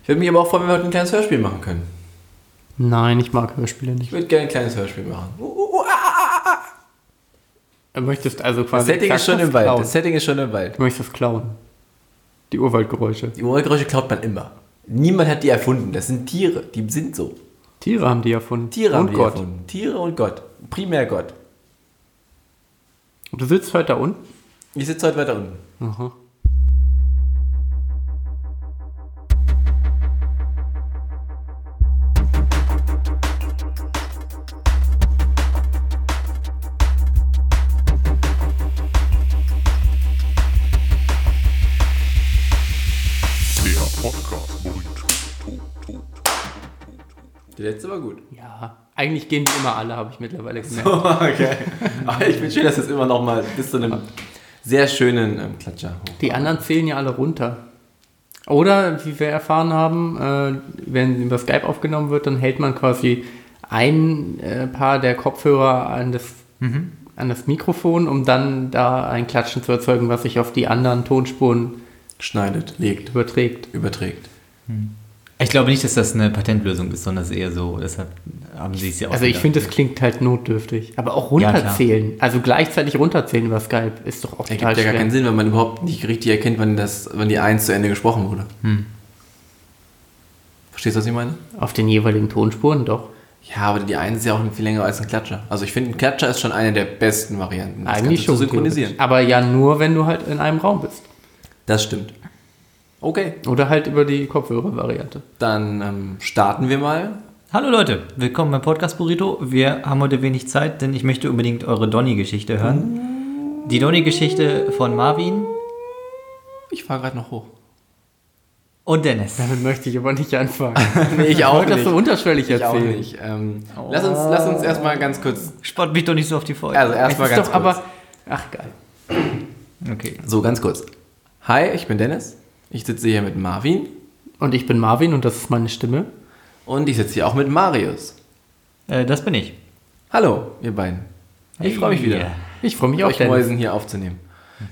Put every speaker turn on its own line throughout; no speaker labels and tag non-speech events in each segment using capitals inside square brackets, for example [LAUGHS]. Ich würde mich aber auch freuen, wenn wir heute ein kleines Hörspiel machen können.
Nein, ich mag Hörspiele
Ich
nicht.
würde gerne ein kleines Hörspiel machen.
Du möchtest also
Das
quasi.
Setting ist schon
Sackgassen
im Wald.
Klauen.
Das Setting ist schon im Wald.
Du möchtest das klauen. Die Urwaldgeräusche.
Die Ohrgeräusche klaut man immer. Niemand hat die erfunden. Das sind Tiere. Die sind so.
Tiere haben die erfunden.
Tiere
und
haben die
Gott.
erfunden. Tiere und Gott. Primär Gott.
Und du sitzt heute da unten?
Ich sitze heute weiter unten.
Aha.
Der Podcast Burrito.
Der letzte war gut.
Ja. Eigentlich gehen die immer alle, habe ich mittlerweile
[LAUGHS]
gemerkt.
okay. Aber ich finde schön, dass es immer noch mal bis zu einem sehr schönen ähm, Klatscher hoch.
Die anderen zählen ja alle runter. Oder, wie wir erfahren haben, äh, wenn über Skype aufgenommen wird, dann hält man quasi ein äh, Paar der Kopfhörer an das,
Mhm.
an das Mikrofon, um dann da ein Klatschen zu erzeugen, was sich auf die anderen Tonspuren
Schneidet, legt,
überträgt.
überträgt.
Ich glaube nicht, dass das eine Patentlösung ist, sondern das ist eher so. Deshalb haben sie es ja auch.
Also ich finde, das klingt halt notdürftig. Aber auch runterzählen, also gleichzeitig runterzählen über Skype, ist doch auch
Ergibt
total
ja gar
schwer.
keinen Sinn, wenn man überhaupt nicht richtig erkennt, wann, das, wann die Eins zu Ende gesprochen wurde. Verstehst du, was ich meine?
Auf den jeweiligen Tonspuren doch.
Ja, aber die Eins ist ja auch viel länger als ein Klatscher. Also ich finde, ein Klatscher ist schon eine der besten Varianten. das
Eigentlich
Ganze
schon.
Zu synchronisieren.
theoretisch. Aber ja nur, wenn du halt in einem Raum bist.
Das stimmt. Okay,
Oder halt über die Kopfhörer-Variante.
dann ähm, starten wir mal.
Hallo Leute, willkommen beim Podcast Burrito. Wir haben heute wenig Zeit, denn ich möchte unbedingt eure Donny-Geschichte hören. Die Donny-Geschichte von Marvin
Ich fahre gerade noch
[LAUGHS]
hoch.
und Dennis.
Damit möchte ich aber nicht [LAUGHS] anfangen.
Nee, ich
Ich Oh. wollte das so unterschwellig
Ich auch
erzählen.
nicht. Ähm, lass, uns, lass uns erstmal ganz kurz.
Spott mich doch nicht so auf die Folge.
Also
Es
erstmal
ist
ganz
doch
kurz.
aber. Ach geil.
okay.
so, ganz kurz. Hi, ich bin Dennis. Ich sitze hier mit Marvin
Und ich bin Marvin und das ist meine Stimme.
und ich sitze hier auch mit Marius.
Äh, das bin ich.
Hallo, ihr beiden. Ich freue mich wieder,
Yeah.
Ich freue mich auch,
euch
Dennis.
Mäusen hier aufzunehmen.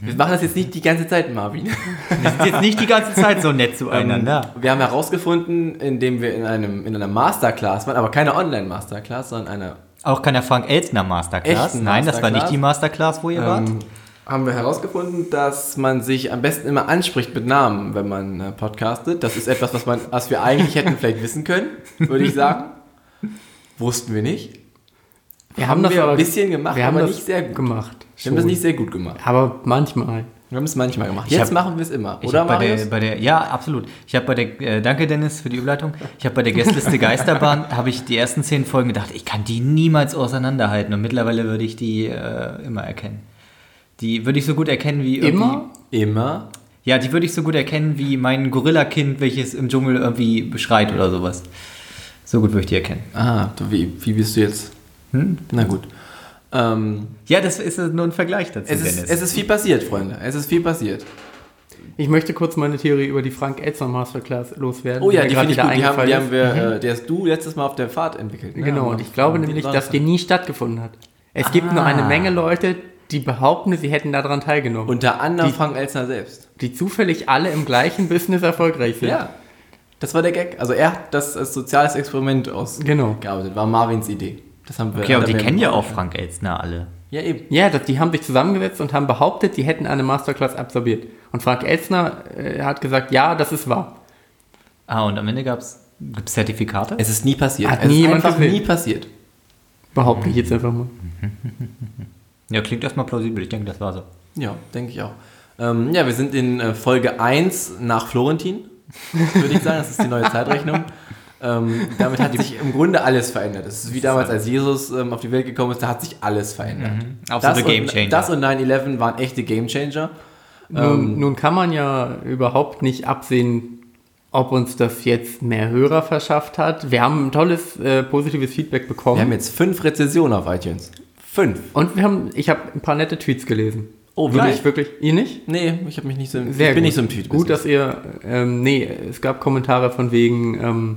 Wir machen das jetzt nicht die ganze Zeit, Marvin. [LAUGHS]
Wir sind jetzt nicht die ganze Zeit so nett zueinander.
Wir haben herausgefunden, indem wir in, einem, in einer Masterclass waren, aber keine Online-Masterclass, sondern einer
Auch keiner Frank Elstner Masterclass.
Echten
Nein, das war
Masterclass.
nicht die Masterclass, wo ihr wart.
ähm, haben wir herausgefunden, dass man sich am besten immer anspricht mit Namen, wenn man äh, podcastet. Das ist etwas, was, man, was wir eigentlich hätten vielleicht wissen können, würde ich sagen. Wussten wir nicht.
Wir haben das
wir
aber
ein bisschen gemacht,
wir haben
aber
das
nicht sehr gut.
gemacht.
Wir haben das
Schon.
nicht sehr gut gemacht.
aber manchmal.
Wir haben es manchmal gemacht.
Ich
Jetzt
hab-
machen wir es immer,
Ich
oder
hab bei der,
Marius?
bei der, ja, absolut. Ich habe bei der, äh, danke Dennis für die Überleitung. Ich habe bei
[LAUGHS]
der Gästliste Geisterbahn, habe ich die ersten zehn Folgen gedacht, ich kann die niemals auseinanderhalten und mittlerweile würde ich die äh, immer erkennen. Die würde ich so gut erkennen wie irgendwie-
Immer?
Immer.
Ja, die würde ich so gut erkennen wie mein Gorillakind, welches im Dschungel irgendwie beschreit oder sowas. So gut würde ich die erkennen.
Ah, du, wie, wie bist du jetzt?
Hm?
Na gut. Ähm,
Ja, das ist nur ein Vergleich dazu,
es, ist, es ist viel passiert, Freunde. Es ist viel passiert.
Ich möchte kurz meine Theorie über die Frank Elzner Masterclass loswerden.
Oh ja,
mir
die
gerade
finde ich
wieder
gut. Die haben, die
eingefallen
haben wir, äh, die hast du letztes Mal auf der Fahrt entwickelt. ne?
ist. Genau,
Haben
und
wir-
ich glaube
haben wir
nämlich,
den
dass die
Donnerstag.
nie stattgefunden hat. Es gibt nur eine
Ah.
Menge Leute, die behaupten, sie hätten daran teilgenommen.
Unter anderem
Die-
Frank Elsner selbst.
die zufällig alle im gleichen Business erfolgreich sind.
Ja. Das war der Gag. Also er hat das als soziales Experiment
Genau.
ausgearbeitet. War Marvins Idee. Das haben wir.
Okay, aber die
haben wir-
kennen ja auch Frank Elstner alle.
Ja, eben.
Ja, das, die haben sich zusammengesetzt und haben behauptet, die hätten eine Masterclass absorbiert. Und Frank Elzner äh, hat gesagt, ja, das ist wahr.
Ah, und am Ende gab es Zertifikate?
Es ist nie passiert.
Hat
es
nie
ist
jemand
einfach
gesehen.
nie passiert.
Behaupte ich jetzt einfach mal.
Ja, klingt erstmal plausibel. Ich denke, das war so.
Ja, denke ich auch. Ähm, ja, wir sind in äh, Folge 1 nach Florentin, würde ich sagen. Das ist die neue Zeitrechnung. Ähm, damit hat sich im Grunde alles verändert. Das ist wie damals, als Jesus ähm, auf die Welt gekommen ist, da hat sich alles verändert.
Absolute Gamechanger.
Und, das und 9-11 waren echte Gamechanger.
nun,
Ähm.
nun kann man ja überhaupt nicht absehen, ob uns das jetzt mehr Hörer verschafft hat. Wir haben ein tolles, äh, positives Feedback bekommen.
Wir haben jetzt fünf Rezensionen auf iTunes. Fünf.
und wir haben, ich habe ein paar nette Tweets gelesen.
Oh,
wirklich, wirklich. Ihr nicht?
Nee, ich habe mich nicht so. ich
Sehr
bin
gut.
nicht so im Tweet.
Gut, dass ihr. Ähm, nee, es gab Kommentare von wegen, ähm,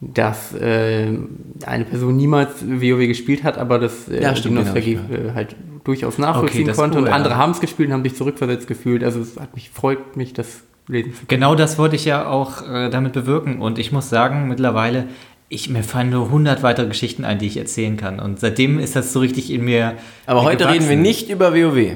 dass ähm, eine Person niemals WoW gespielt hat, aber das äh,
Ja, stimmt,
die
den hab ich
Nostalgie äh, halt durchaus nachvollziehen
Okay, das ist
konnte.
cool,
und
ja.
andere haben es gespielt und haben sich zurückversetzt gefühlt. Also es hat mich, freut mich, dass lesen zu können.
Genau das wollte ich ja auch äh, damit bewirken. Und ich muss sagen, mittlerweile, ich, mir fallen nur 100 weitere Geschichten ein, die ich erzählen kann. Und seitdem ist das so richtig in mir.
Aber heute
gewachsen.
reden wir nicht über WoW.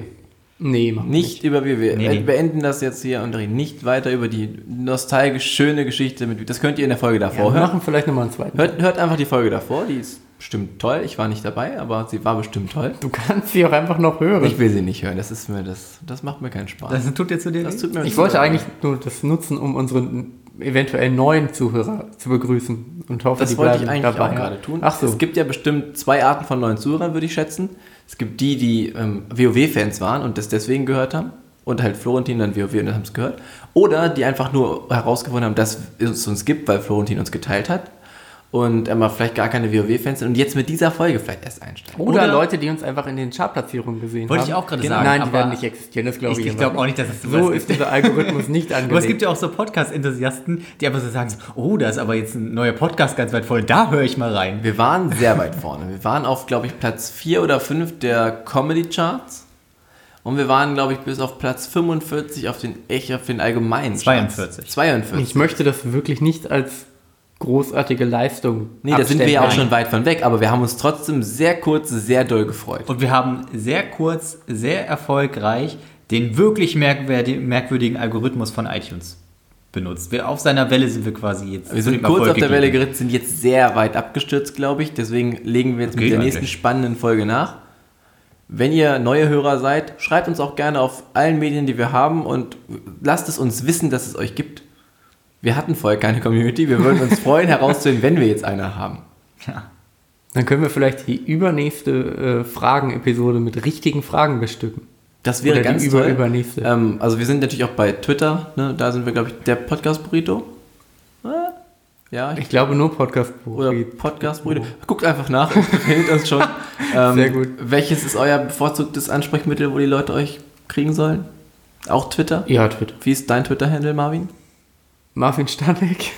Nee, machen wir
Nicht über WoW. Wir
Nee, nee.
beenden das jetzt hier und reden nicht weiter über die nostalgisch schöne Geschichte mit Das könnt ihr in der Folge
Ja,
davor
wir
hören.
machen vielleicht nochmal einen zweiten.
Hört, hört einfach die Folge davor, die ist bestimmt toll. Ich war nicht dabei, aber sie war bestimmt toll.
Du kannst sie auch einfach noch hören.
Ich
Ich,
will sie nicht hören, das ist mir das, das macht mir keinen Spaß.
Das tut jetzt zu dir weh?
tut mir
wollte eigentlich nur das nutzen, um unsere eventuell neuen Zuhörer zu begrüßen und hoffe,
Das
die
wollte
bleiben
ich eigentlich
dabei.
auch gerade tun.
Ach so.
Es gibt ja bestimmt zwei Arten von neuen Zuhörern, würde ich schätzen. Es gibt die, die ähm, WoW-Fans waren und das deswegen gehört haben. Und halt Florentin dann WoW und haben es gehört. Oder die einfach nur herausgefunden haben, dass es uns gibt, weil Florentin uns geteilt hat. Und ähm, aber vielleicht gar keine WoW-Fans sind und jetzt mit dieser Folge vielleicht erst einsteigen.
oder,
Oder-
Leute, die uns einfach in den Chartplatzierungen gesehen
Wollte
haben. Genau.
ich auch gerade sagen,
Nein, die
aber
werden nicht existieren, das glaube ich.
Ich, ich
aber.
glaube auch nicht, dass es sowas
So ist dieser
[LAUGHS]
Algorithmus nicht angelegt.
Aber es gibt ja auch so Podcast-Enthusiasten, die einfach so sagen, so, oh, da ist aber jetzt ein neuer Podcast ganz weit vorne, da höre ich mal rein.
Wir waren sehr weit vorne. Wir waren auf, glaube ich, Platz 4 oder 5 der Comedy-Charts. Und wir waren, glaube ich, bis auf Platz 45 auf den, echt auf den allgemeinen Charts.
42.
42.
ich möchte das wirklich nicht als großartige Leistung
Nee, da sind wir ja auch
abstempeln.
schon weit von weg, aber wir haben uns trotzdem sehr kurz, sehr doll gefreut.
Und wir haben sehr kurz, sehr erfolgreich den wirklich merkwürdi- merkwürdigen Algorithmus von iTunes benutzt. Wir, auf seiner Welle sind wir quasi jetzt.
wir sind
dem
kurz
Erfolg
auf der Welle
gegeben.
geritten, sind jetzt sehr weit abgestürzt, glaube ich. Deswegen legen wir jetzt mit
Geht
der nächsten
eigentlich.
spannenden Folge nach. Wenn ihr neue Hörer seid, schreibt uns auch gerne auf allen Medien, die wir haben und lasst es uns wissen, dass es euch gibt. Wir hatten vorher keine Community. Wir würden uns
[LAUGHS]
freuen, herauszufinden, wenn wir jetzt eine haben.
Dann können wir vielleicht die übernächste äh, Fragen-Episode mit richtigen Fragen bestücken.
Das wäre
Oder die
ganz
über-
toll.
übernächste.
Ähm, also wir sind natürlich auch bei Twitter. Ne? Da sind wir, glaube ich, der Podcast Burrito. Äh? Ja, ich
Ich glaube nur podcast
Oder Podcast-Brüder. Guckt einfach [LAUGHS] nach, findet uns schon. Ähm,
Sehr gut.
Welches ist euer bevorzugtes Ansprechmittel, wo die Leute euch kriegen sollen? Auch Twitter?
Ja, Twitter.
Wie ist dein Twitter-Handle, Marvin?
Marvin Stanek.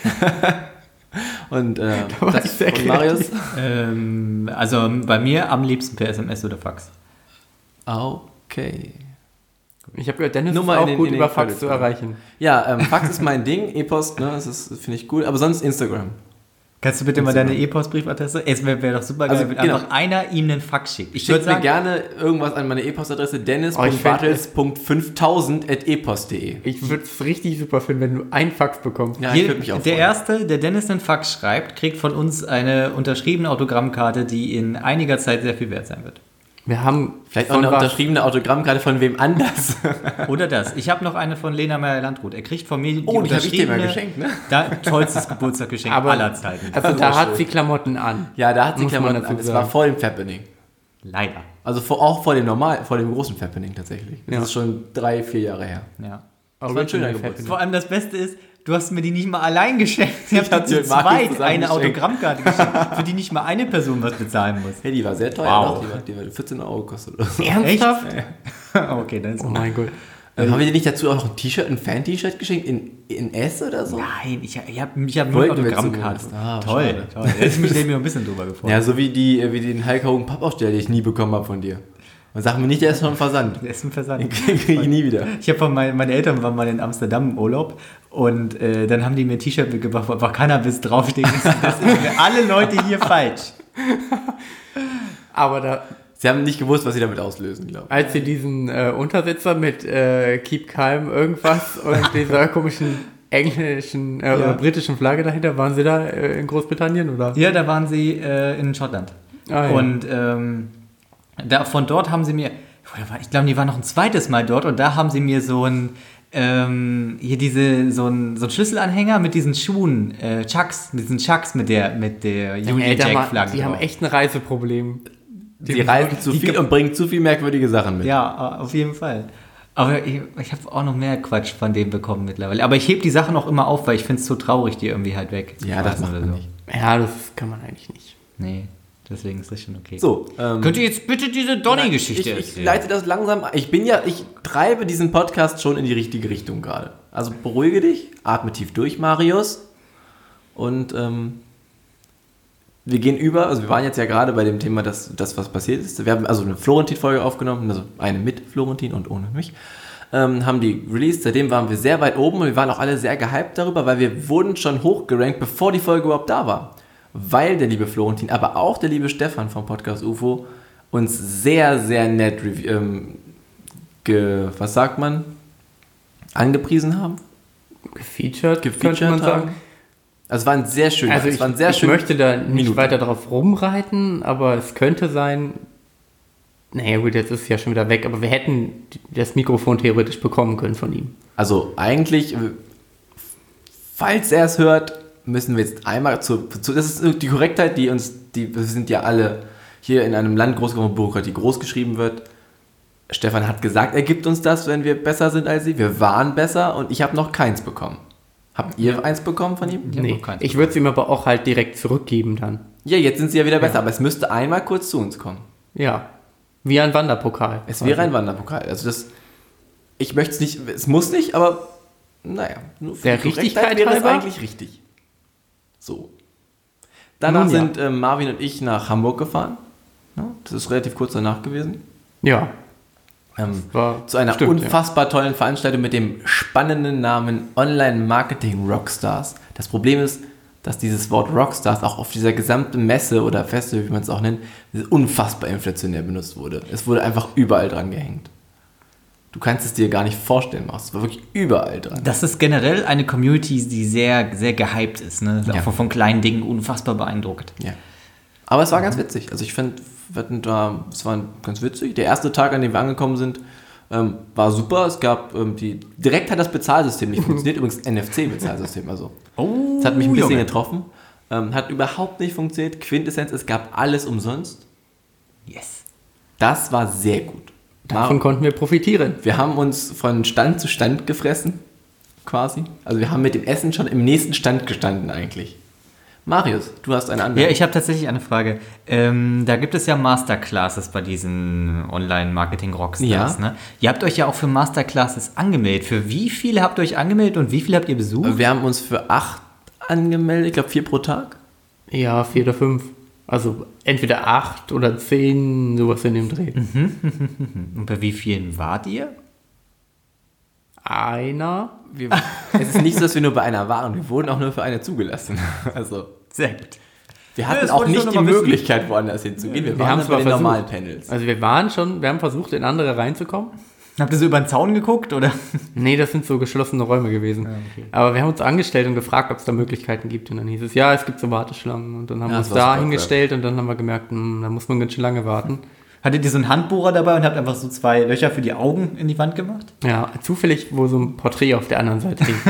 [LAUGHS]
Und äh, [LAUGHS]
war
das
ich sehr
von Marius?
Ähm, also bei mir am liebsten per SMS oder Fax.
Okay.
Ich habe gehört, Dennis
Nur mal
ist
in
auch
den-
gut
in den
über Fax
Credits,
zu
ja.
erreichen.
Ja, ähm, Fax ist mein Ding, E-Post, ne, das ist finde ich gut, aber sonst Instagram.
Kannst du bitte mal
Instagram.
deine E-Post-Briefadresse? Es wäre wär doch super geil,
Also,
wenn
genau.
einfach einer ihm einen Fax schickt.
Ich
würd
schicke mir gerne irgendwas an meine E-Post-Adresse
Oh, ich fänd-
dennis.bartels.5000.epost.de.
Ich würde es richtig super finden, wenn du einen Fax bekommst.
Ja,
Hier-
ich würde mich auch
der
freuen.
Erste, der Dennis einen Fax schreibt, kriegt von uns eine unterschriebene Autogrammkarte, die in einiger Zeit sehr viel wert sein wird.
Wir haben
Vielleicht auch eine
was-
unterschriebene Autogrammkarte von wem anders.
Oder das. Ich habe noch eine von Lena Meyer-Landrut. Er kriegt von mir die
Oh, die hab ich dir mal
unterschriebene-
geschenkt, ne?
Da, tollstes Geburtstagsgeschenk
Aber-
aller Zeiten.
Also da hat sie Klamotten an.
Ja, da hat sie
Muss man
Klamotten
dazu
an. Das
sagen.
war vor dem Fappening.
Leider.
Also vor, auch vor dem normal, vor dem großen Fappening tatsächlich. Das
Ja.
ist schon drei, vier Jahre her.
Ja.
Das
war ein schöner Geburtstag.
Vor allem das Beste ist, du hast mir die nicht mal allein geschenkt. Ich
hab
habe dir
dir
zu
Markus
zweit
zusammen
eine
geschenkt.
Autogrammkarte geschenkt, für die nicht mal eine Person was bezahlen muss.
Hey, die war sehr teuer.
Wow.
Doch, die, war, die war 14 Euro gekostet. oder so.
Ernsthaft?
[LAUGHS] okay, dann ist
Oh mein Gott.
Ähm, haben wir dir nicht dazu auch noch ein T-Shirt, ein Fan-T-Shirt geschenkt? In, in S oder so?
Nein, ich, ich habe ich hab nur eine
Wollten wir
Autogrammkarte.
zumindest. Ah,
toll,
schade.
toll. Da hätte ich mich nämlich noch ein bisschen drüber gefreut.
Ja, so wie, die, äh, wie den Hulk Hogan Pappaufsteller, den ich nie bekommen habe von dir. Und sag mir nicht, der ist schon versandt. [LAUGHS]
Der ist ein Versand.
Kriege ich nie wieder.
Ich habe von meinen, meine Eltern waren mal in Amsterdam im Urlaub und äh, dann haben die mir ein T-Shirt mitgebracht, wo einfach Cannabis draufsteht. [LAUGHS] Das ist für alle Leute hier falsch.
Aber da,
Sie haben nicht gewusst, was sie damit auslösen, glaube
als sie diesen äh, Untersetzer mit äh, Keep Calm
[LAUGHS]
irgendwas und dieser komischen englischen äh, oder britischen Flagge dahinter, waren sie da äh, in Großbritannien oder?
Ja, da waren sie äh, in Schottland.
Ah, ja.
Und ähm, da, von dort haben sie mir, oder war- ich glaube, die waren noch ein zweites Mal dort und da haben sie mir so ein, ähm, hier diese, so ein, so ein Schlüsselanhänger mit diesen Schuhen, äh, Chucks, mit diesen Chucks mit der, mit der Union
Alter, Mann,
Jack-Flagge.
die haben
drauf.
echt ein Reiseproblem.
ich. Sie reisen zu
die-
viel und bringen zu viel merkwürdige Sachen mit.
Ja, auf jeden Fall. Aber ich, ich habe auch noch mehr Quatsch von dem bekommen mittlerweile. Aber ich heb die Sachen auch immer auf, weil ich finde es so traurig, die irgendwie halt weg.
Ja, das macht man nicht.
Ja, das kann man eigentlich nicht.
Nee, deswegen ist das schon okay.
So, ähm,
Könnt ihr jetzt bitte diese Donny-Geschichte
Ich, ich leite das langsam. Ich bin ja, ich treibe diesen Podcast schon in die richtige Richtung gerade. Also beruhige dich, atme tief durch, Marius. Und ähm, wir gehen über. Also wir waren jetzt ja gerade bei dem Thema, dass das was passiert ist. Wir haben also eine Florentin-Folge aufgenommen, also eine mit Florentin und ohne mich. ähm, haben die released. Seitdem waren wir sehr weit oben und wir waren auch alle sehr gehypt darüber, weil wir wurden schon hochgerankt, bevor die Folge überhaupt da war. Weil der liebe Florentin, aber auch der liebe Stefan vom Podcast UFO uns sehr, sehr nett, rev- ähm, ge, was sagt man, angepriesen haben.
Gefeatured, könnte
gefeatured haben.
man sagen.
Also es war ein sehr schöner,
Also
es
ich,
war ein sehr
ich
schöner-
möchte da nicht
Minute.
weiter drauf rumreiten, aber es könnte sein. Naja gut, jetzt ist es ja schon wieder weg, aber wir hätten das Mikrofon theoretisch bekommen können von ihm.
Also eigentlich, äh, falls er es hört, müssen wir jetzt einmal zu, zu das ist die Korrektheit, die uns, die wir sind ja alle hier in einem Land groß geworden, wo Bürokratie groß geschrieben wird. Stefan hat gesagt, er gibt uns das, wenn wir besser sind als sie. Wir waren besser und ich habe noch keins bekommen. Habt ihr eins bekommen von ihm?
hab
nee,
noch keins
ich würde es ihm aber auch halt direkt zurückgeben dann.
Ja, jetzt sind sie ja wieder besser, aber es müsste einmal kurz zu uns kommen.
Ja, wie ein Wanderpokal.
Es wäre ein Wanderpokal. Also das, ich möchte es nicht, es muss nicht, aber naja. Nur für
Der
die Korrektheit
Richtigkeit
wäre es
halber?
eigentlich richtig. So. Danach
Nun ja.
sind äh, Marvin und ich nach Hamburg gefahren. Ja, das ist relativ kurz danach gewesen.
Ja,
Ähm,
war
zu einer
stimmt, ja.
unfassbar tollen Veranstaltung mit dem spannenden Namen Online Marketing Rockstars. Das Problem ist, dass dieses Wort Rockstars auch auf dieser gesamten Messe oder Festival, wie man es auch nennt, unfassbar inflationär benutzt wurde. Es wurde einfach überall dran gehängt. Du kannst es dir gar nicht vorstellen, Maus. Es war wirklich überall dran.
Das ist generell eine Community, die sehr, sehr gehypt ist. Ne?
Ja.
Auch von, von kleinen Dingen unfassbar beeindruckt.
Ja. Aber es war
Mhm.
ganz witzig. Also ich fand, wir hatten da- es war ganz witzig. Der erste Tag, an dem wir angekommen sind, ähm, war super. Es gab ähm, die, direkt hat das Bezahlsystem
[LAUGHS]
nicht funktioniert. Übrigens NFC-Bezahlsystem, also.
Oh,
Das hat mich ein bisschen
Junge.
getroffen. Ähm, hat überhaupt nicht funktioniert. Quintessenz, es gab alles umsonst.
Yes.
Das war sehr gut.
davon konnten wir profitieren.
Wir haben uns von Stand zu Stand gefressen, quasi. Also wir haben mit dem Essen schon im nächsten Stand gestanden eigentlich. Marius, du hast eine andere.
Ja, ich habe tatsächlich eine Frage. Ähm, da gibt es ja Masterclasses bei diesen Online-Marketing-Rockstars.
Ja.
Ne? Ihr habt euch ja auch für Masterclasses angemeldet. Für wie viele habt ihr euch angemeldet und wie viele habt ihr besucht?
Äh, wir haben uns für acht angemeldet, ich glaube vier pro Tag.
Ja, vier oder fünf. Also entweder acht oder zehn, sowas in dem Dreh.
Und bei wie vielen wart ihr?
Einer. [LAUGHS]
Wir, es ist nicht so, dass wir nur bei einer waren. Wir wurden auch nur für eine zugelassen. [LAUGHS] Also
Sehr gut.
wir hatten
das
auch
wollte ich
nicht
nur
die
noch mal wissen.
Möglichkeit, woanders hinzugehen. Wir,
Wir
waren
haben
nur bei
es mal
den
versucht.
normalen Panels.
Also wir waren schon, wir haben versucht, in andere reinzukommen.
Habt ihr so über den Zaun geguckt oder? [LAUGHS]
Nee, das sind so geschlossene Räume gewesen. Aber wir haben uns angestellt und gefragt, ob es da Möglichkeiten gibt. Und dann hieß es, ja, es gibt so Warteschlangen. Und dann haben
Ja,
wir
das
uns
war
da
super,
hingestellt und dann haben wir gemerkt, hm, da muss man ganz schön lange warten.
Hattet ihr so einen Handbohrer dabei und habt einfach so zwei Löcher für die Augen in die Wand gemacht?
Ja, zufällig, wo so ein Porträt auf der anderen Seite hing.
[LAUGHS]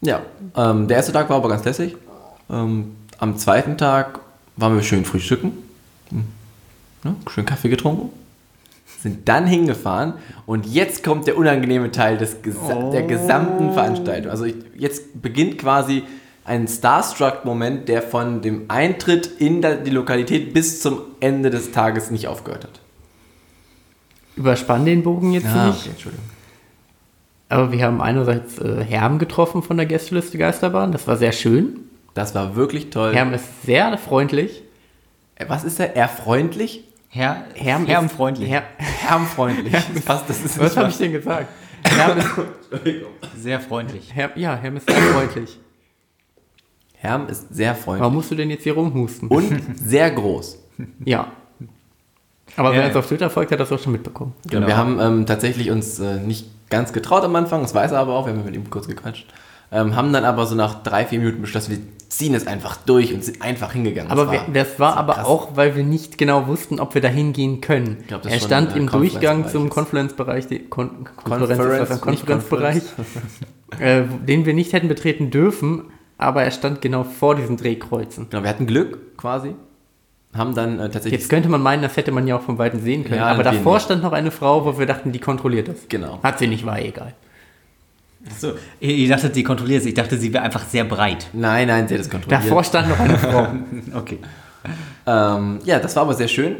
Ja, ähm, der erste Tag war aber ganz lässig. Ähm, am zweiten Tag waren wir schön frühstücken, Hm. ja, schön Kaffee getrunken, sind dann hingefahren und jetzt kommt der unangenehme Teil des gesa der
Oh.
gesamten Veranstaltung. Also ich, jetzt beginnt quasi ein Starstruck-Moment, der von dem Eintritt in da- die Lokalität bis zum Ende des Tages nicht aufgehört hat. Ah,
Überspann den Bogen jetzt nicht.
Entschuldigung.
Aber wir haben einerseits äh, Herm getroffen von der Gästeliste Geisterbahn. Das war sehr schön.
Das war wirklich toll. Äh,
Herm ist sehr freundlich.
Was ist er? Er freundlich?
Herr,
Herm ist-
Herrenfreundlich.
Her
[LAUGHS] Hermfreundlich. Das passt, das ist nicht
Was habe
wahr.
ich denn gesagt?
Herm ist,
Sehr freundlich.
Herm, ja, Herm ist sehr freundlich.
Herm ist sehr freundlich
Warum musst du denn jetzt hier rumhusten?
und sehr
[LAUGHS]
groß.
Ja. Aber
Ja,
wer uns
ja.
auf Twitter folgt, hat das auch schon mitbekommen.
Genau. Wir haben ähm, tatsächlich uns äh, nicht ganz getraut am Anfang, das weiß er aber auch, wir haben mit ihm kurz gequatscht. Ähm, haben dann aber so nach drei, vier Minuten beschlossen, wir ziehen es einfach durch und sind einfach hingegangen.
Aber wir- das war aber
krass.
auch, weil wir nicht genau wussten, ob wir da hingehen können.
glaub, das
er
ist schon
stand
der
im Durchgang
Konferenzbereich
zum
jetzt.
Konferenzbereich, die- Kon Konferenz,
Conference,
was,
nicht
Konferenzbereich äh, den wir nicht hätten betreten dürfen, aber er stand genau vor diesen Drehkreuzen.
[LAUGHS] Genau, wir hatten Glück quasi, haben dann äh, tatsächlich...
Jetzt könnte man meinen, das hätte man ja auch von Weitem sehen können.
Ja,
aber
natürlich
davor
nicht.
stand noch eine Frau, wo wir dachten, die kontrolliert das.
Genau.
Hat sie nicht, war ihr egal.
So, ihr, ihr dachtet, sie kontrolliert es. Ich dachte, sie wäre einfach sehr
[LAUGHS]
breit.
Nein, nein, sie hat es kontrolliert.
Davor stand noch eine Frau.
Okay.
Ähm, ja, das war aber sehr schön.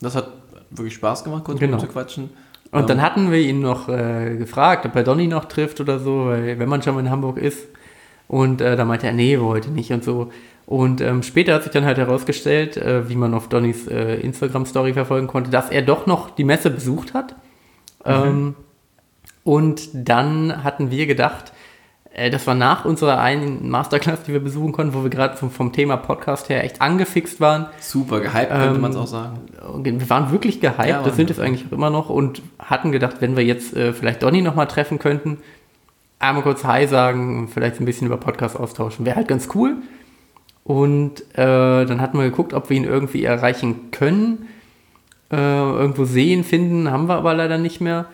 Das hat wirklich Spaß gemacht, kurz
Genau.
mit ihm zu quatschen.
Und dann hatten wir ihn noch äh, gefragt, ob er Donny noch trifft oder so, weil wenn man schon mal in Hamburg ist Und äh, da meinte er, nee, heute nicht und so. Und ähm, später hat sich dann halt herausgestellt, äh, wie man auf Donnys äh, Instagram-Story verfolgen konnte, dass er doch noch die Messe besucht hat. Ähm, und dann hatten wir gedacht, äh, das war nach unserer einen Masterclass, die wir besuchen konnten, wo wir gerade vom, vom Thema Podcast her echt angefixt waren.
Super gehypt, könnte
Ähm,
man es auch sagen.
Wir waren wirklich gehypt,
Ja,
das
Wahnsinn.
sind es eigentlich auch immer noch und hatten gedacht, wenn wir jetzt äh, vielleicht Donny nochmal treffen könnten, einmal kurz Hi sagen und vielleicht ein bisschen über Podcast austauschen. Wäre halt ganz cool. Und äh, dann hatten wir geguckt, ob wir ihn irgendwie erreichen können. Äh, irgendwo sehen, finden, haben wir aber leider nicht mehr.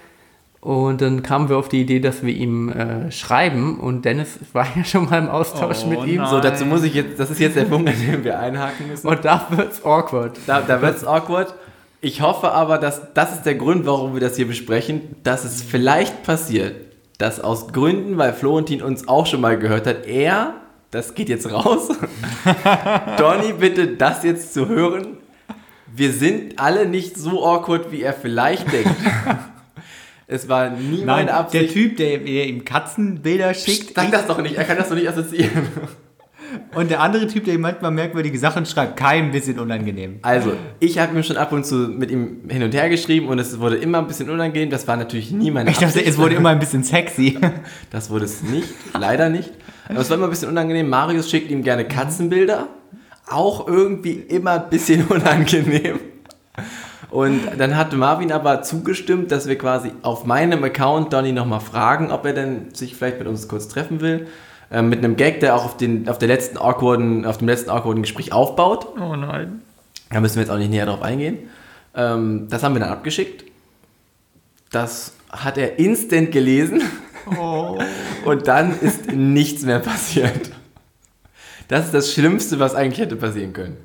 Und dann kamen wir auf die Idee, dass wir ihm äh, schreiben. Und Dennis [LAUGHS] war ja schon mal im Austausch
Oh
mit ihm.
nein.
So, dazu muss ich jetzt, das ist jetzt der Punkt, an dem wir einhaken müssen.
Und da wird's awkward.
Da, da wird es awkward. Ich hoffe aber, dass das ist der Grund, warum wir das hier besprechen, dass es vielleicht passiert, dass aus Gründen, weil Florentin uns auch schon mal gehört hat, er, das geht jetzt raus,
[LAUGHS]
Donny bitte das jetzt zu hören, wir sind alle nicht so awkward, wie er vielleicht
[LAUGHS]
denkt. Es war nie
Nein,
meine
der
Absicht.
Typ, der, der ihm Katzenbilder schickt
Sag das doch nicht, er kann das doch nicht assoziieren.
und der andere Typ, der ihm manchmal merkwürdige Sachen schreibt, kein bisschen unangenehm.
Also, ich habe mir schon ab und zu mit ihm hin und her geschrieben und es wurde immer ein bisschen unangenehm. Das war natürlich nie meine
Ich dachte,
Absicht. ne?
es wurde immer ein bisschen sexy. [LAUGHS]
Das wurde es nicht, leider nicht. Aber es war immer ein bisschen unangenehm. Marius schickt ihm gerne Katzenbilder. Auch irgendwie immer ein bisschen [LAUGHS] unangenehm. Und dann hat Marvin aber zugestimmt, dass wir quasi auf meinem Account Donny nochmal fragen, ob er denn sich vielleicht mit uns kurz treffen will. Ähm, mit einem Gag, der auch auf, den, auf, der letzten awkwarden, auf dem letzten awkwarden Gespräch aufbaut.
Oh nein.
Da müssen wir jetzt auch nicht näher drauf eingehen. Ähm, das haben wir dann abgeschickt. Das hat er instant gelesen. Und dann ist nichts mehr passiert. Das ist das Schlimmste, was eigentlich hätte passieren können.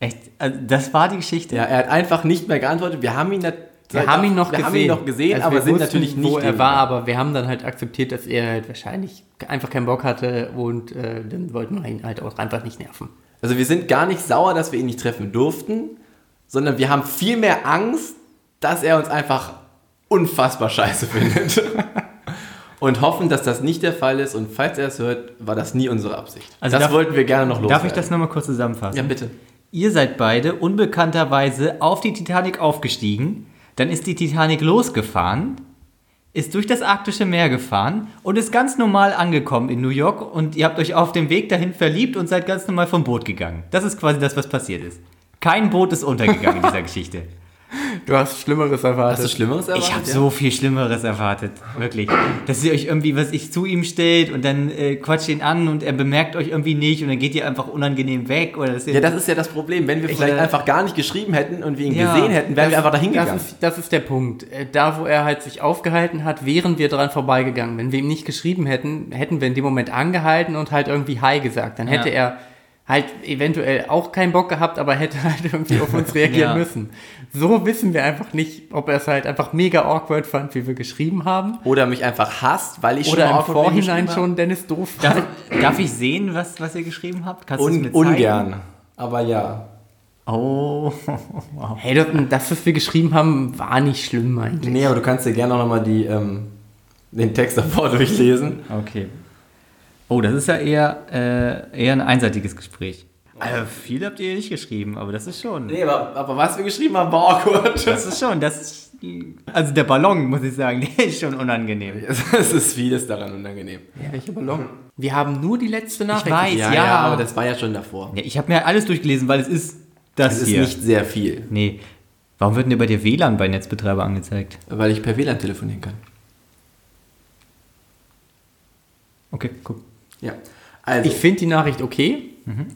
Echt? Also, das war die Geschichte.
Ja, er hat einfach nicht mehr geantwortet. Wir haben ihn, nat-
Wir haben ihn noch
wir
gesehen.
haben ihn noch gesehen,
Also
aber
wir
sind
wussten,
natürlich nicht
wo er
im-
war, aber wir haben dann halt akzeptiert, dass er halt wahrscheinlich einfach keinen Bock hatte und äh, dann wollten wir ihn halt auch einfach nicht nerven.
Also wir sind gar nicht sauer, dass wir ihn nicht treffen durften, sondern wir haben viel mehr Angst, dass er uns einfach unfassbar scheiße [LAUGHS] findet. Und hoffen, dass das nicht der Fall ist. Und falls er es hört, war das nie unsere Absicht.
Also
das
darf-
wollten wir gerne noch
Darf
loswerden.
ich das nochmal kurz zusammenfassen?
Ja, bitte.
Ihr seid beide unbekannterweise auf die Titanic aufgestiegen, dann ist die Titanic losgefahren, ist durch das arktische Meer gefahren und ist ganz normal angekommen in New York und ihr habt euch auf dem Weg dahin verliebt und seid ganz normal vom Boot gegangen. Das ist quasi das, was passiert ist. Kein Boot ist
[LAUGHS]
untergegangen in dieser Geschichte.
Du hast Schlimmeres erwartet.
Hast du Schlimmeres erwartet?
Ich habe
ja?
so viel Schlimmeres erwartet, wirklich. Dass ihr euch irgendwie, was ich zu ihm stellt und dann äh, quatscht ihn an und er bemerkt euch irgendwie nicht und dann geht ihr einfach unangenehm weg oder dass ihr
Ja, das ist ja das Problem. Wenn wir vielleicht
äh,
einfach gar nicht geschrieben hätten und wir ihn
Ja,
gesehen hätten, wären wir einfach dahin gegangen.
Das ist, das ist der Punkt. Äh, Da, wo er halt sich aufgehalten hat, wären wir dran vorbeigegangen. Wenn wir ihm nicht geschrieben hätten, hätten wir in dem Moment angehalten und halt irgendwie Hi gesagt. Dann hätte
Ja.
er halt eventuell auch keinen Bock gehabt, aber hätte halt irgendwie
[LAUGHS]
auf uns reagieren
Ja.
müssen. So wissen wir einfach nicht, ob er es halt einfach mega awkward fand, wie wir geschrieben haben.
Oder mich einfach hasst, weil ich
Oder
schon mal
im
awkward mit ihm
Vorhinein
geschrieben
schon Dennis doof
Darf,
fand.
darf ich sehen, was, was ihr geschrieben habt?
habe?
Kannst du's
Un ungern. Aber ja.
Oh. [LAUGHS]
Hey, das, das, was wir geschrieben haben, war nicht schlimm eigentlich.
Nee, aber du kannst dir gerne auch nochmal die, ähm, den Text davor [LAUGHS] durchlesen.
Okay. Oh, das ist ja eher, äh, eher ein einseitiges Gespräch. Also viel habt ihr nicht geschrieben, aber das ist schon.
Nee, aber, aber was wir geschrieben haben, war awkward.
Das ist schon, das ist. Also der Ballon, muss ich sagen, [LAUGHS] der ist schon unangenehm.
[LAUGHS] Es ist vieles daran unangenehm.
Welcher Ballon? Wir haben nur die letzte Nachricht.
weiß,
geschrieben.
Ja, ja.
aber das war ja schon davor.
Ja, ich habe mir alles durchgelesen, weil es ist das
Es ist
hier.
nicht sehr viel,
nee. Warum wird denn über dir WLAN bei Netzbetreiber angezeigt?
weil ich per WLAN telefonieren kann.
Okay, guck.
Ja. Also,
Ich finde die Nachricht okay.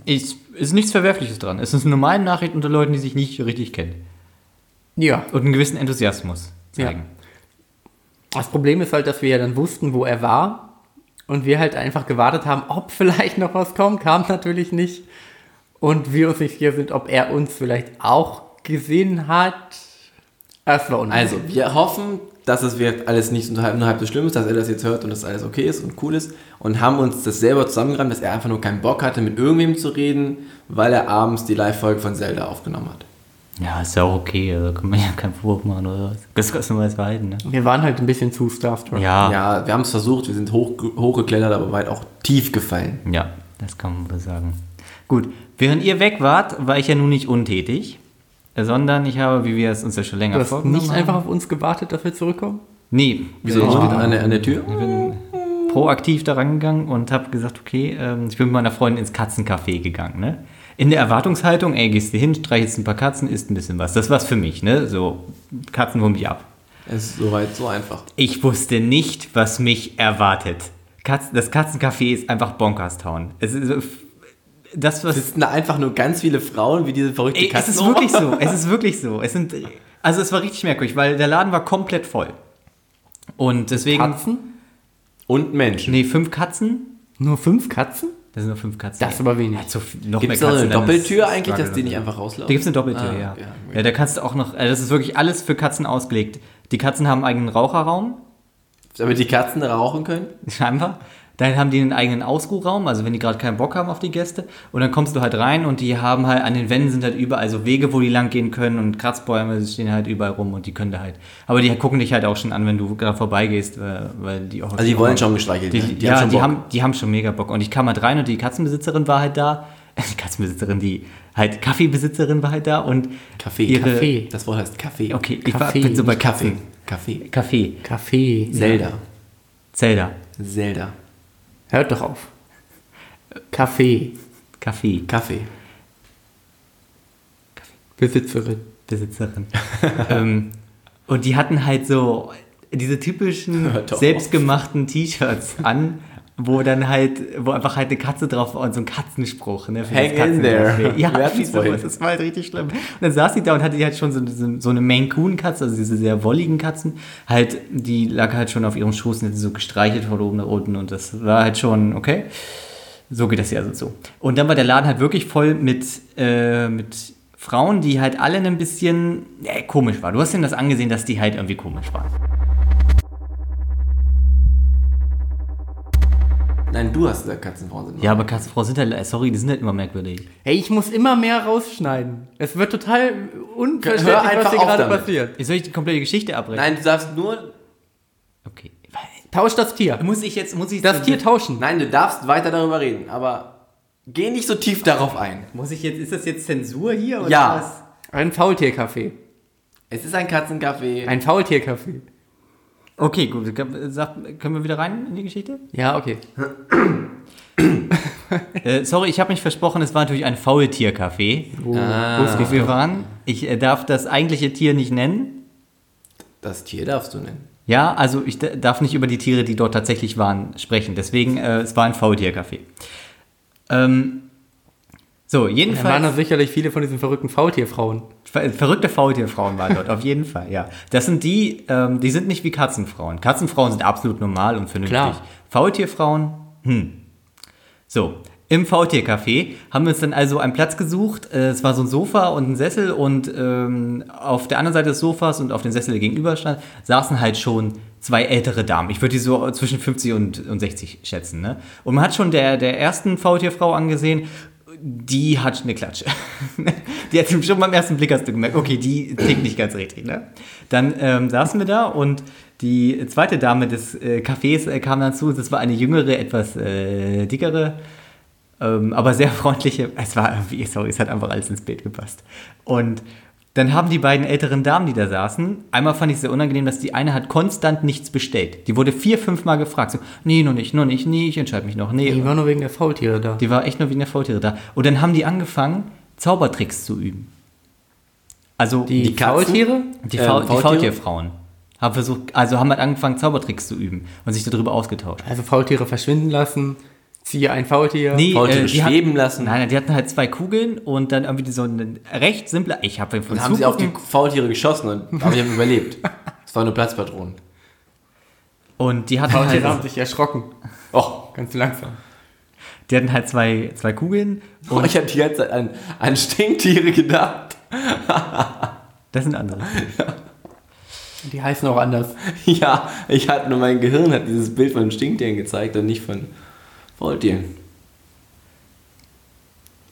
Ist, ist nichts Verwerfliches dran. Es ist eine normale Nachricht unter Leuten, die sich nicht richtig kennen.
Ja.
Und einen gewissen Enthusiasmus
Ja.
zeigen.
Das Problem ist halt, dass wir ja dann wussten, wo er war. Und wir halt einfach gewartet haben, ob [LAUGHS] vielleicht noch was kommt. Kam natürlich nicht. Und wir uns nicht sicher sind, ob er uns vielleicht auch gesehen hat. Das war unangenehm.
also, wir hoffen, dass es wird alles nicht unterhalb, unterhalb des Schlimmes, dass er das jetzt hört und dass alles okay ist und cool ist. Und haben uns das selber zusammengerannt, dass er einfach nur keinen Bock hatte, mit irgendwem zu reden, weil er abends die Live-Folge von Zelda aufgenommen hat.
Ja, ist ja auch okay, also kann man ja [LAUGHS] keinen Vorwurf machen oder was. Das kostet nur das Verhalten, ne?
Wir waren halt ein bisschen zu Starstruck.
Ja, ja,
Ja, wir haben es versucht, wir sind hoch, hochgeklettert, aber weit auch tief gefallen.
das kann man wohl sagen. Gut, während ihr weg wart, war ich ja nun nicht untätig, sondern ich habe, wie wir es uns ja schon länger
Du hast
vorgenommen
nicht
haben-
einfach auf uns gewartet, dass wir zurückkommen?
Nee,
Wieso
ich
steht
bin
an der, an der Tür?
proaktiv da rangegangen und habe gesagt, okay, ähm, ich bin mit meiner Freundin ins Katzencafé gegangen, ne? In der Erwartungshaltung, ey, gehst du hin, streichelst ein paar Katzen, isst ein bisschen was. Das war's für mich, ne? So, Katzen holen mich ab.
Es ist soweit so einfach.
Ich wusste nicht, was mich erwartet. Katz, das Katzencafé ist einfach Bonkerstown. Es ist, das, was.
Sitzen da einfach nur ganz viele Frauen wie diese verrückte
Ey, es
Katze.
ist wirklich so. Es ist wirklich so. Es sind, also, es war richtig merkwürdig, weil der Laden war komplett voll. Und deswegen.
Katzen?
[LAUGHS] Und Menschen.
Nee, fünf Katzen.
Nur fünf Katzen?
Das sind nur fünf Katzen.
Das ist aber wenig.
Ja, zu viel- noch
Gibt es da
mehr
so eine
Katzen, dann ist-
Doppeltür eigentlich, dass die
Struggle.
nicht einfach rauslaufen?
Da gibt es eine Doppeltür,
Ah,
ja.
okay,
ja. Da kannst du auch noch, also das ist wirklich alles für Katzen ausgelegt. Die Katzen haben einen eigenen Raucherraum,
Damit die Katzen da rauchen können?
[LAUGHS] scheinbar. Dann haben die einen eigenen Ausruhraum, also wenn die gerade keinen Bock haben auf die Gäste. Und dann kommst du halt rein und die haben halt, an den Wänden sind halt überall so Wege, wo die lang gehen können und Kratzbäume stehen halt überall rum und die können da halt. Aber die gucken dich halt auch schon an, wenn du gerade vorbeigehst, äh, weil die auch.
Also die wollen schon gestreichelt
Die,
werden.
ja,
schon
die,
Bock.
haben, die haben schon mega Bock. Und ich kam halt rein und die Katzenbesitzerin war halt da. [LAUGHS] Die Katzenbesitzerin, die halt Kaffeebesitzerin war halt da und
Kaffee.
ihre-
Kaffee.
Das Wort heißt Kaffee.
Okay, ich war,
Kaffee,
bin so bei
Bei
Kaffee.
Kaffee. Kaffee.
Kaffee.
Kaffee.
Zelda.
Zelda.
Zelda.
Hört doch auf. Kaffee.
Kaffee.
Kaffee.
Besitzerin.
Besitzerin. [LAUGHS] ähm, und die hatten halt so diese
[LAUGHS]
typischen
Hört doch auf.
selbstgemachten T-Shirts an, wo dann halt, wo einfach halt eine Katze drauf war und so ein Katzenspruch. Ne, für
Hang
das
in there.
[LAUGHS] Ja,
Wir hatten's
wie sowas.
vorhin.
das war halt richtig schlimm. Und dann saß sie da und hatte die halt schon so, so, so eine Maine Coon Katze, also diese sehr wolligen Katzen, halt, die lag halt schon auf ihrem Schoß und hätte so gestreichelt von oben nach unten und das war halt schon, okay. So geht das ja also so. Und dann war der Laden halt wirklich voll mit, äh, mit Frauen, die halt alle ein bisschen äh, komisch waren. Du hast denen das angesehen, dass die halt irgendwie komisch waren.
Nein, du hast gesagt, Katzenfrauen sind
Ja, aber Katzenfrauen sind halt, äh, sorry, die sind halt immer merkwürdig.
Hey, ich muss immer mehr rausschneiden. Es wird total
Hör
unverständlich,
einfach
was hier
auf
gerade
damit.
passiert.
Jetzt soll ich die komplette Geschichte abbrechen?
Nein, du darfst nur.
Okay.
Tausch das Tier.
Muss ich jetzt, muss ich
Das Tier tauschen.
Nein, du darfst weiter darüber reden, aber geh nicht so tief darauf ein.
Muss ich jetzt, ist das jetzt Zensur hier? Oder
Ja.
Was?
Ein Faultierkaffee.
Es ist ein Katzenkaffee.
Ein Faultierkaffee.
Okay, gut. Sag, können wir wieder rein in die Geschichte?
Ja, okay.
Äh, sorry, ich habe mich versprochen, es war natürlich ein Faultiercafé.
Wo, wo ist
Wo wir waren. Ich äh, darf das eigentliche Tier nicht nennen.
das Tier darfst du nennen.
Ja, also ich d- darf nicht über die Tiere, die dort tatsächlich waren, sprechen. Deswegen, äh, es war ein Faultiercafé. Ähm, so,
Da waren da
jedenfalls.
sicherlich viele von diesen verrückten Faultierfrauen.
ver- Verrückte Faultierfrauen waren dort, auf jeden Fall, ja. Das sind die, ähm, die sind nicht wie Katzenfrauen. Katzenfrauen sind absolut normal und vernünftig.
Klar.
Faultierfrauen, hm. So, im Faultiercafé haben wir uns dann also einen Platz gesucht. Äh, Es war so ein Sofa und ein Sessel und ähm, auf der anderen Seite des Sofas und auf dem Sessel, der gegenüber stand, saßen halt schon zwei ältere Damen. Ich würde die so zwischen 50 und, und 60 schätzen. Ne? Und man hat schon der, der ersten Faultierfrau angesehen, die hat eine Klatsche. [LAUGHS] die hat schon beim ersten Blick hast du gemerkt, okay, die tickt nicht ganz richtig. Ne? Dann ähm, saßen wir da und die zweite Dame des äh, Cafés äh, kam dann zu uns. Das war eine jüngere, etwas äh, dickere ähm, aber sehr freundliche. Es war irgendwie, sorry, es hat einfach alles ins Bild gepasst. Und dann haben die beiden älteren Damen, die da saßen, einmal fand ich es sehr unangenehm, dass die eine hat konstant nichts bestellt. Die wurde vier, fünfmal gefragt. So, nee, noch nicht, noch nicht, nee, ich entscheide mich noch, nee.
Die waren nur wegen der Faultiere da.
Die war echt nur wie eine Faultiere da. Und dann haben die angefangen, Zaubertricks zu üben. Also
Die Katzen?
Faultiere?
die,
Ähm,
Faul- die
Faultiere?
Faultierfrauen haben versucht, also haben halt angefangen, Zaubertricks zu üben und sich darüber ausgetauscht.
Also Faultiere verschwinden lassen. Ziehe ein Faultier.
Nee, äh,
Faultiere
die hat-
schweben lassen.
Nein, nein, die hatten halt zwei Kugeln und dann irgendwie so eine recht simple. Ich habe von
Dann haben sie auf die
zugucken
Faultiere geschossen
[LAUGHS]
und aber die haben überlebt. Es waren nur Platzpatronen.
und die hatten
Faultiere haben
halt,
sich erschrocken.
Och,
Ganz langsam.
die hatten halt zwei, zwei Kugeln
oh,
und
ich habe die ganze Zeit an, an Stinktiere gedacht.
das sind andere.
Die heißen auch anders.
[LAUGHS] Ja, ich hatte nur mein Gehirn hat dieses Bild von Stinktieren gezeigt und nicht von Faultieren.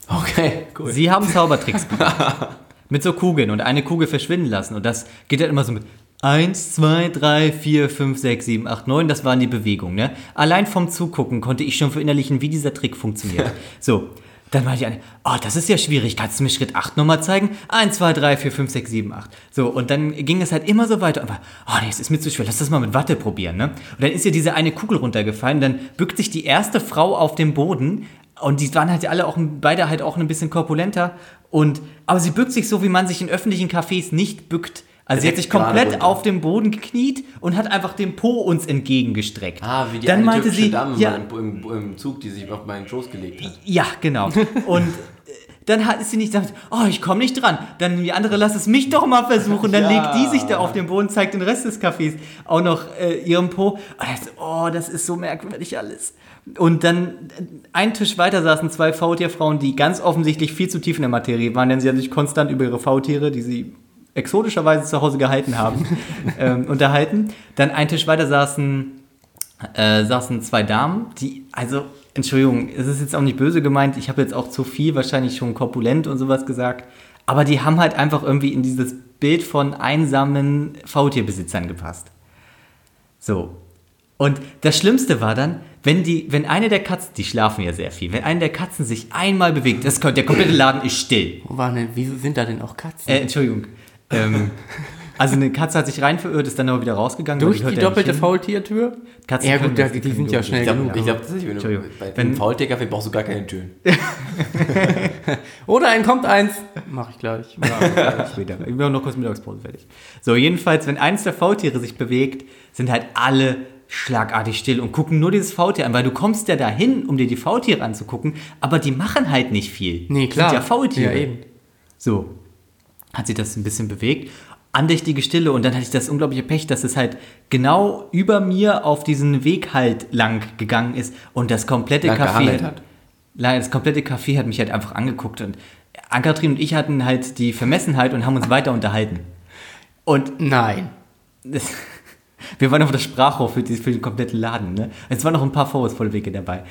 Okay, cool.
Sie haben Zaubertricks gemacht. Mit so Kugeln und eine Kugel verschwinden lassen. Und das geht dann immer so mit 1, 2, 3, 4, 5, 6, 7, 8, 9. Das waren die Bewegungen. Ne? Allein vom Zugucken konnte ich schon verinnerlichen, wie dieser Trick funktioniert. so. Dann meinte ich eine, oh, das ist ja schwierig, kannst du mir Schritt 8 nochmal zeigen? 1, 2, 3, 4, 5, 6, 7, 8. So, und dann ging es halt immer so weiter. Aber, oh nee, es ist mir zu schwer, lass das mal mit Watte probieren, ne? Und dann ist ja diese eine Kugel runtergefallen, dann bückt sich die erste Frau auf dem Boden und die waren halt alle auch, beide halt auch ein bisschen korpulenter. Und, aber sie bückt sich so, wie man sich in öffentlichen Cafés nicht bückt. Also sie hat sich
Direkt gerade
komplett
runter.
auf dem Boden gekniet und hat einfach den Po uns entgegengestreckt.
Ah, wie die
dann
eine
meinte
türkische
sie,
Dame
ja,
im, im, im Zug, die sich auf meinen Schoß gelegt hat.
ja, genau. Und äh, dann hat, ist sie nicht damit, oh, ich komme nicht dran. Dann die andere, lass es mich doch mal versuchen. Dann
Ja.
legt die sich da auf den Boden, zeigt den Rest des Cafés auch noch äh, ihrem Po. Und das, oh, das ist so merkwürdig alles. Und dann äh, einen Tisch weiter saßen zwei Faultierfrauen, die ganz offensichtlich viel zu tief in der Materie waren, denn sie haben sich konstant über ihre Faultiere, die sie exotischerweise zu Hause gehalten haben, ähm, unterhalten. Dann einen Tisch weiter saßen äh, saßen zwei Damen, die, also, Entschuldigung, es ist jetzt auch nicht böse gemeint, ich habe jetzt auch zu viel wahrscheinlich schon korpulent und sowas gesagt, aber die haben halt einfach irgendwie in dieses Bild von einsamen Faultierbesitzern gepasst. So. Und das Schlimmste war dann, wenn, die, wenn eine der Katzen, die schlafen ja sehr viel, wenn eine der Katzen sich einmal bewegt, das, der komplette Laden ist still.
Wo waren denn, wieso sind da denn auch Katzen?
Äh, Entschuldigung. Ähm, also eine Katze hat sich rein verirrt, ist dann aber wieder rausgegangen. weil
Durch
hört
die
ja nicht
doppelte
hin.
Faultiertür?
Katzen
ja
können
gut, da,
das,
die
die können
sind ja
durch.
schnell
Ich glaube
genug.
ich glaub tatsächlich, wenn du
Entschuldigung.
bei einem
Wenn-
Faultierkaffee brauchst du gar keine Türen.
Ja. Oder ein kommt eins. Mach ich gleich.
später. Ich bin noch kurz Mittagspause fertig. So, jedenfalls, wenn eins der V-Tiere sich bewegt, sind halt alle schlagartig still und gucken nur dieses V-Tier an, weil du kommst ja dahin, um dir die V-Tiere anzugucken, aber die machen halt nicht viel.
Nee, klar.
Sind ja V-Tiere.
Ja, eben.
So, hat sie das ein bisschen bewegt. Andächtige Stille und dann hatte ich das unglaubliche Pech, dass es halt genau über mir auf diesen Weg halt lang gegangen ist und das komplette
Lang
Café
geangelt hat.
Leider, das komplette Café hat mich halt einfach angeguckt und Ankatrin und ich hatten halt die Vermessenheit und haben
Ah.
uns weiter unterhalten. Und
Nein.
das, [LAUGHS] wir waren auf der Sprachrohr für, die- für den kompletten Laden. Ne? Es waren noch ein paar vorwurfsvolle Wege dabei.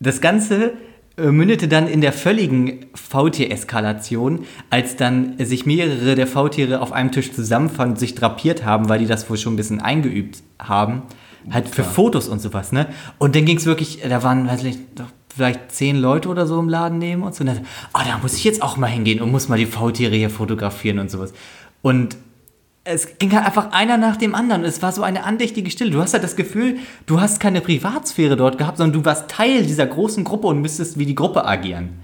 Das Ganze äh, mündete dann in der völligen Faultier-Eskalation, als dann sich mehrere der Faultiere auf einem Tisch zusammenfanden, sich drapiert haben, weil die das wohl schon ein bisschen eingeübt haben. Halt für Fotos und sowas, ne? Und dann ging es wirklich, da waren, weiß nicht, doch vielleicht zehn Leute oder so im Laden neben uns. Und dann, ah, da muss ich jetzt auch mal hingehen und muss mal die Faultiere hier fotografieren und sowas. Und es ging halt einfach einer nach dem anderen. Es war so eine andächtige Stille. Du hast halt das Gefühl, du hast keine Privatsphäre dort gehabt, sondern du warst Teil dieser großen Gruppe und müsstest wie die Gruppe agieren.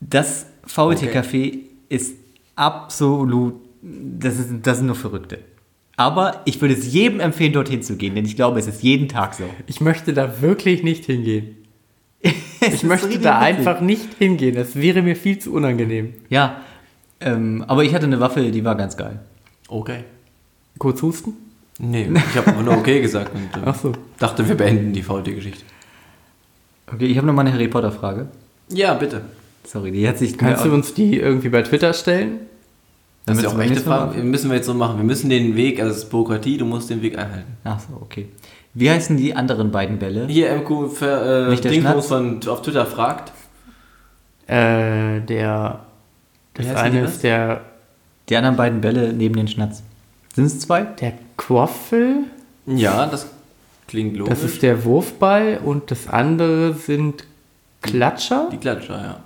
Das Faultier-Café ist absolut. Das, ist, das sind nur Verrückte. Aber ich würde es jedem empfehlen, dorthin zu gehen, denn ich glaube, es ist jeden Tag so.
Ich möchte da wirklich nicht hingehen. [LAUGHS] Ich möchte da einfach nicht hingehen. Das wäre mir viel zu unangenehm.
Ja, ähm, aber ich hatte eine Waffel, die war ganz geil.
Okay.
Kurz husten?
Nee, ich habe nur okay gesagt und äh,
Ach so.
dachte, wir beenden die Faultiergeschichte.
Okay, ich habe noch mal eine Harry Potter-Frage.
Ja, bitte.
Sorry, die hat sich
Kannst du uns die irgendwie bei Twitter stellen?
Das ist ja
Damit
auch
wir
echte
nächstes Mal-
Frage. Müssen wir jetzt so machen. Wir müssen den Weg, also es ist Bürokratie, du musst den Weg einhalten.
Ach so, okay. Wie heißen die anderen beiden Bälle?
Hier MQ für, äh,
Nicht der
Dingsbums
Schnaps?
von auf Twitter fragt.
Äh, der. Das
heißen die
eine
was?
ist der.
Die anderen beiden Bälle neben den Schnatz. Sind es zwei?
Der Quaffel.
Ja, das klingt logisch.
Das ist der Wurfball und das andere sind Klatscher.
die Klatscher, ja.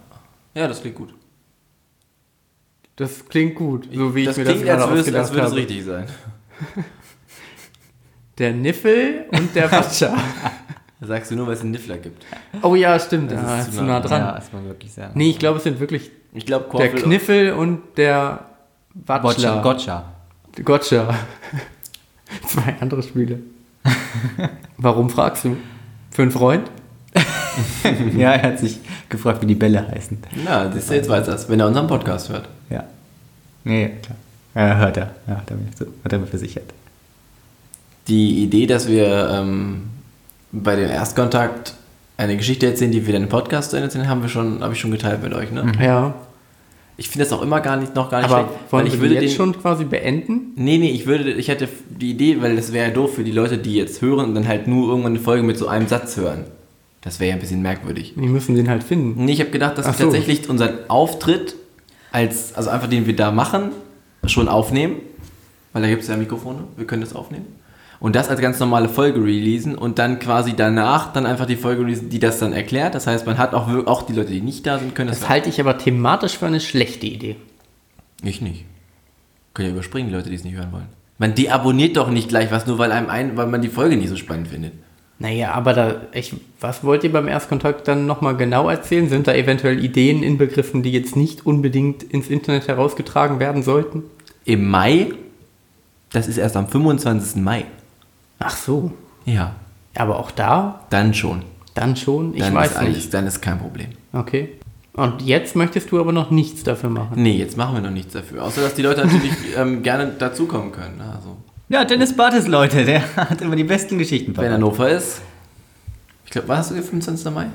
Ja, das klingt gut.
Das klingt gut, so wie ich
das
mir das
klingt,
gerade
als würde es- als
ausgedacht
würde es
habe.
richtig sein.
Der Niffel und der Watscher.
Das sagst du nur, weil es einen Niffler gibt.
oh ja, stimmt, das
ist
ist,
zu
zu
nah.
nah dran.
Ja, das muss man wirklich sagen.
Nee, ich glaube, es sind wirklich
Ich glaube,
der Kniffel und der
Gotcha.
Watscher.
Gotcha.
Gotcha. [LAUGHS] Zwei andere [LAUGHS] Spiele. Warum fragst du? Für einen Freund?
[LAUGHS] ja, er hat sich gefragt, wie die Bälle heißen.
Na, das jetzt weiß das, wenn er unseren Podcast hört.
Ja. Nee, ja, klar. Ja, hört er. Ja, hat, er mir, so- hat er mir versichert.
Die Idee, dass wir ähm, bei dem Erstkontakt eine Geschichte erzählen, die wir dann im Podcast zu Ende erzählen, haben wir schon, habe ich schon geteilt mit euch. Ne?
Ja.
Ich finde das auch immer gar nicht, noch gar nicht
Mhm. Aber
schlecht,
wollen
weil ich
wir die
würde
jetzt
den,
schon quasi beenden?
Nee, nee, ich würde, ich hätte die Idee, weil das wäre ja doof für die Leute, die jetzt hören und dann halt nur irgendwann eine Folge mit so einem Satz hören. Das wäre ja ein bisschen merkwürdig.
Wir müssen den halt finden.
Nee, ich habe gedacht, dass
Ach
wir
so.
tatsächlich unseren Auftritt als, also einfach den wir da machen, schon aufnehmen, weil da gibt es ja Mikrofone, wir können das aufnehmen. Und das als ganz normale Folge releasen und dann quasi danach dann einfach die Folge releasen, die das dann erklärt. Das heißt, man hat auch, wir- auch die Leute, die nicht da sind, können das.
Das halte ich aber thematisch für eine schlechte Idee.
ich nicht. Können ja überspringen, die Leute, die es nicht hören wollen. Man deabonniert doch nicht gleich was, nur weil, einem ein, weil man die Folge nicht so spannend findet.
Naja, aber da, ich, was wollt ihr beim Erstkontakt dann nochmal genau erzählen? Sind da eventuell Ideen inbegriffen, die jetzt nicht unbedingt ins Internet herausgetragen werden sollten?
Im Mai, das ist erst am 25. Mai.
Ach so.
Ja,
Aber auch da,
dann schon.
dann schon, ich
Dann
weiß
ist alles,
nicht.
Dann ist kein Problem.
Okay. Und jetzt möchtest du aber noch nichts dafür machen.
Nee, jetzt machen wir noch nichts dafür. Außer, dass die Leute natürlich
[LAUGHS]
ähm, gerne dazukommen können. Also,
Ja, Dennis Bartes, Leute, der [LAUGHS] hat immer die besten Geschichten.
wenn
parat.
Hannover ist, ich glaube, was hast du gesagt, 25. Mai?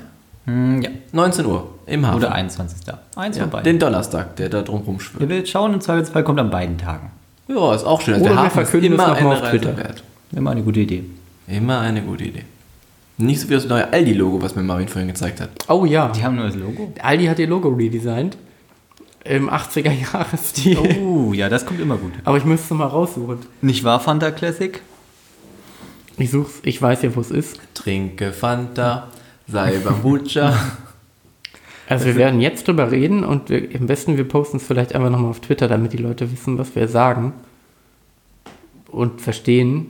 Hm, ja.
19 Uhr im Hafen.
Oder 21. Da. Eins
Ah. ja,
von beiden.
Den Donnerstag, der da drum rumschwirrt.
Ihr werdet schauen, im Zweifelsfall kommt an beiden Tagen.
Ja, ist auch schön. Also
Oder
der
wir
Hafen ist
verkünden
immer
das noch mal
eine
auf
Reise
Twitter.
wert.
Immer eine gute Idee.
Immer eine gute Idee. Nicht so wie das neue Aldi-Logo, was mir Marvin vorhin gezeigt hat.
Oh ja.
Die haben nur das Logo.
[LAUGHS] Aldi hat ihr Logo redesignt. Im 80er-Jahres-Stil.
Oh, ja, das kommt immer gut.
Aber ich müsste mal raussuchen.
Nicht wahr, Fanta Classic?
Ich such's, ich weiß ja, wo es ist.
Trinke Fanta, sei Bambucha.
[LAUGHS] Also wir werden jetzt drüber reden und wir, am besten wir posten es vielleicht einfach nochmal auf Twitter, damit die Leute wissen, was wir sagen und verstehen,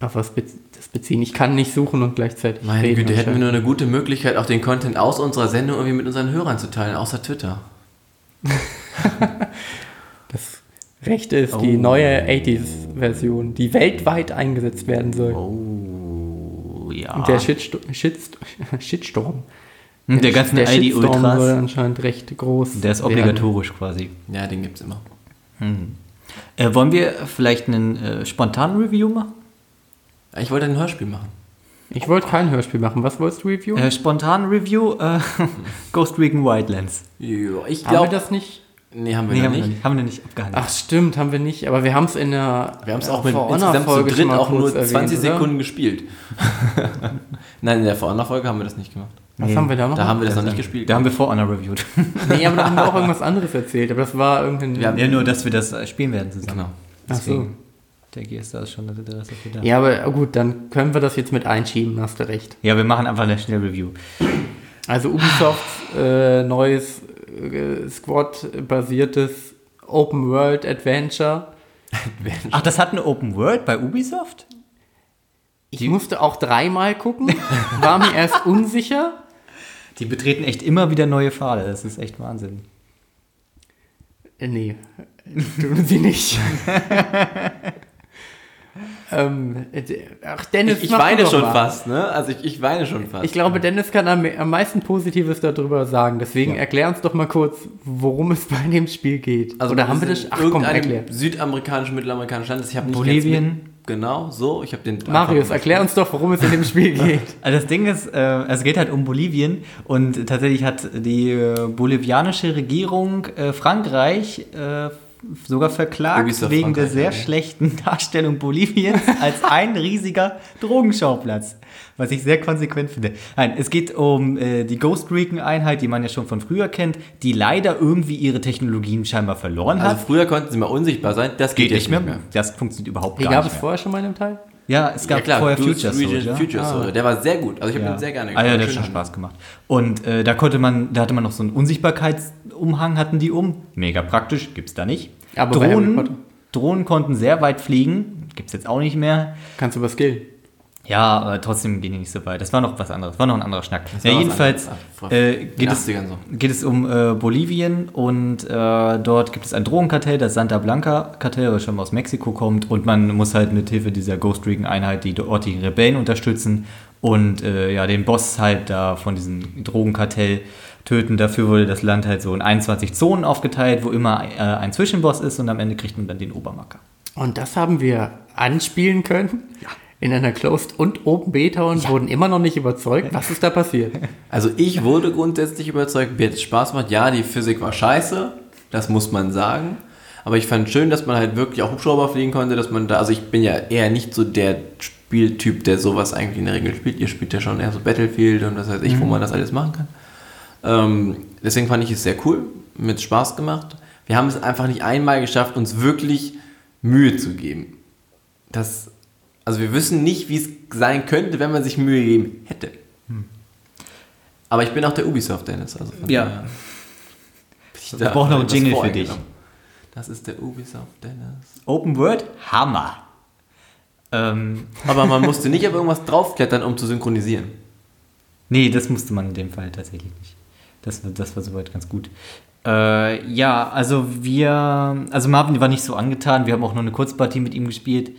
auf was be das beziehen. Ich kann nicht suchen und gleichzeitig
Meine
reden.
Güte, hätten wir
anscheinend.
nur eine gute Möglichkeit, auch den Content aus unserer Sendung irgendwie mit unseren Hörern zu teilen, außer Twitter.
das Recht ist die
Oh.
neue 80s-Version, die weltweit eingesetzt werden soll.
Oh, ja.
Und der Shitsto Shitst [LAUGHS] Shitstorm.
Und der ganzen Aldi
Shitstorm soll
Ultras.
anscheinend recht groß
Der ist obligatorisch quasi.
Ja, den gibt's immer.
Äh, wollen wir vielleicht einen äh, spontanen Review machen?
Ich wollte ein Hörspiel machen.
werden. Ich wollte kein Hörspiel machen. Was wolltest du reviewen?
Äh, spontanen Review äh, [LAUGHS] Ghost Recon Wildlands.
Ja, ich
Haben wir
glaube.
das nicht?
Nee, haben wir
Nee,
noch
haben wir,
nicht.
nicht, haben wir noch nicht abgehandelt.
Ach stimmt, haben wir nicht, aber wir haben es in der
Wir haben es
äh,
auch mit
For Honor
insgesamt zu
Folge schon
dritt
mal
auch nur
kurz
20
erwähnt, oder?
Sekunden gespielt. [LAUGHS] Nein, in der Vorhonor-Folge haben wir das nicht gemacht.
Was haben wir da noch?
Da haben wir das noch
Also,
nicht gespielt.
Da haben wir vor Honor reviewed. [LAUGHS]
nee, aber da haben wir auch irgendwas anderes erzählt, aber das war irgendein
Wir haben-
ja, nur, dass wir das äh, spielen werden zusammen.
Genau.
Ach so.
Deswegen denke ich, ist da schon das Interesse für da.
Ja, aber gut, dann können wir das jetzt mit einschieben, hast du recht.
Ja, wir machen einfach eine Schnellreview.
Also Ubisofts
[SIGHS]
äh, neues äh, Squad-basiertes Open World Adventure.
Ach, das hat eine Open World bei Ubisoft?
Ich musste auch dreimal gucken, war mir erst unsicher.
Die betreten echt immer wieder neue Pfade. Das ist echt Wahnsinn.
Äh, Nee, tun
[LAUGHS]
sie nicht. ähm, äh, ach, Dennis,
Ich, ich
mach du
weine
doch
schon
mal.
fast, ne? Also ich, ich weine schon fast.
Ich glaube, Dennis kann am, am meisten Positives darüber sagen. Deswegen erklär uns doch mal kurz, worum es bei dem Spiel geht. Also Oder haben wir das?
sind
Ach
in
komm,
irgendeinem
erklär.
südamerikanischen, mittelamerikanischen Land. Ich habe nicht
Bolivien.
ganz mit- Genau, so. Ich habe den.
Marius, erklär uns doch, worum es in
[LAUGHS]
dem Spiel geht.
Also das Ding ist, äh, es geht halt um Bolivien und tatsächlich hat die äh, bolivianische Regierung äh, Frankreich äh, sogar verklagt
Ubisoft
wegen der
Frankreich,
sehr
ja.
schlechten [LAUGHS] Darstellung Boliviens als ein
[LAUGHS]
riesiger Drogenschauplatz, was ich sehr konsequent finde. Nein, es geht um äh, die Ghost Recon Einheit, die man ja schon von früher kennt, die leider irgendwie ihre Technologien scheinbar verloren hat.
Also früher konnten sie mal unsichtbar sein. Das geht, jetzt nicht mehr.
Das funktioniert überhaupt
Die
gar
gab
nicht
es
mehr.
vorher schon mal in dem Teil?
Ja, es gab
ja klar,
vorher
Dude's
Future
Region
Soldier. Ah.
Future Soldier. Der war sehr gut. Also ich habe
Ja.
den sehr gerne
Ah, ja, der hat
Schöner
schon
Spiel.
Spaß gemacht. Und äh, da konnte man, da hatte man noch so einen Unsichtbarkeitsumhang, hatten die um. Mega praktisch, gibt's da nicht.
Aber bei Harry Potter.
Drohnen, Drohnen konnten sehr weit fliegen, gibt's jetzt auch nicht mehr.
Kannst du was skillen.
Ja, aber trotzdem gehen die nicht so weit. Das war noch was anderes, war noch ein anderer Schnack.
war
Ja,
was
jedenfalls
anderes. Ah,
äh,
in
geht,
den
es,
80ern so.
geht es um äh, Bolivien und äh, dort gibt es ein Drogenkartell, das Santa Blanca-Kartell, was schon mal aus Mexiko kommt und man muss halt mit Hilfe dieser Ghost Recon-Einheit die dortigen Rebellen unterstützen und äh, ja, den Boss halt da von diesem Drogenkartell töten. Dafür wurde das Land halt so in 21 Zonen aufgeteilt, wo immer äh, ein Zwischenboss ist und am Ende kriegt man dann den Obermacker.
Und das haben wir anspielen können. In einer Closed und Open Beta und wurden immer noch nicht überzeugt. Was ist da passiert?
Also ich wurde grundsätzlich überzeugt, wie es Spaß macht. Ja, die Physik war scheiße, das muss man sagen. Aber ich fand schön, dass man halt wirklich auch Hubschrauber fliegen konnte, dass man da, also ich bin ja eher nicht so der Spieltyp, der sowas eigentlich in der Regel spielt. Ihr spielt ja schon eher so Battlefield und was weiß ich, wo man das alles machen kann. Ähm, deswegen fand ich es sehr cool. mit Spaß gemacht. Wir haben es einfach nicht einmal geschafft, uns wirklich Mühe zu geben. Das, also wir wissen nicht, wie es sein könnte, wenn man sich Mühe gegeben hätte. Aber ich bin auch der Ubisoft-Dennis. Also von
Hm. Ja.
daher bin ich
Wir
da
brauchen noch einen
etwas
Jingle für dich.
voreingenommen. Das ist der Ubisoft-Dennis.
Open World? Hammer. Ähm,
Aber man musste nicht auf irgendwas draufklettern, um zu synchronisieren.
Nee, das musste man in dem Fall tatsächlich nicht. Das, war- das war soweit ganz gut. Äh, ja, also wir, also Marvin war nicht so angetan, wir haben auch nur eine Kurzpartie mit ihm gespielt.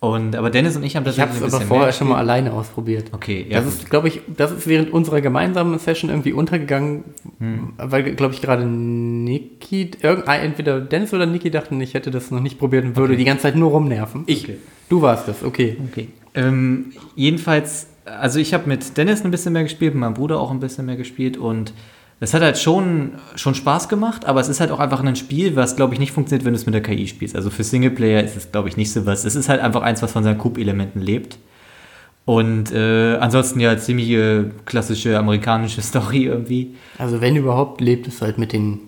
Und, aber Dennis und ich haben
Ich habe
tatsächlich
es
ein
aber
bisschen
vorher
mehr.
schon mal alleine ausprobiert.
Okay, ja.
Das
gut.
ist, glaube ich, das ist während unserer gemeinsamen Session irgendwie untergegangen,
Hm.
weil, glaube ich, gerade Niki, irgendein, entweder Dennis oder Niki dachten, ich hätte das noch nicht probiert und würde die ganze Zeit nur rumnerven.
Ich.
Okay.
Du warst das, okay.
Okay. Ähm, jedenfalls, also ich habe mit Dennis ein bisschen mehr gespielt, mit meinem Bruder auch ein bisschen mehr gespielt und es hat halt schon, schon Spaß gemacht, aber es ist halt auch einfach ein Spiel, was, glaube ich, nicht funktioniert, wenn du es mit der KI spielst. Also für Singleplayer ist es, glaube ich, nicht so was. Es ist halt einfach eins, was von seinen Coop-Elementen lebt. Und äh, ansonsten ja ziemliche klassische amerikanische [LAUGHS] Story irgendwie.
Also wenn überhaupt, lebt es halt mit den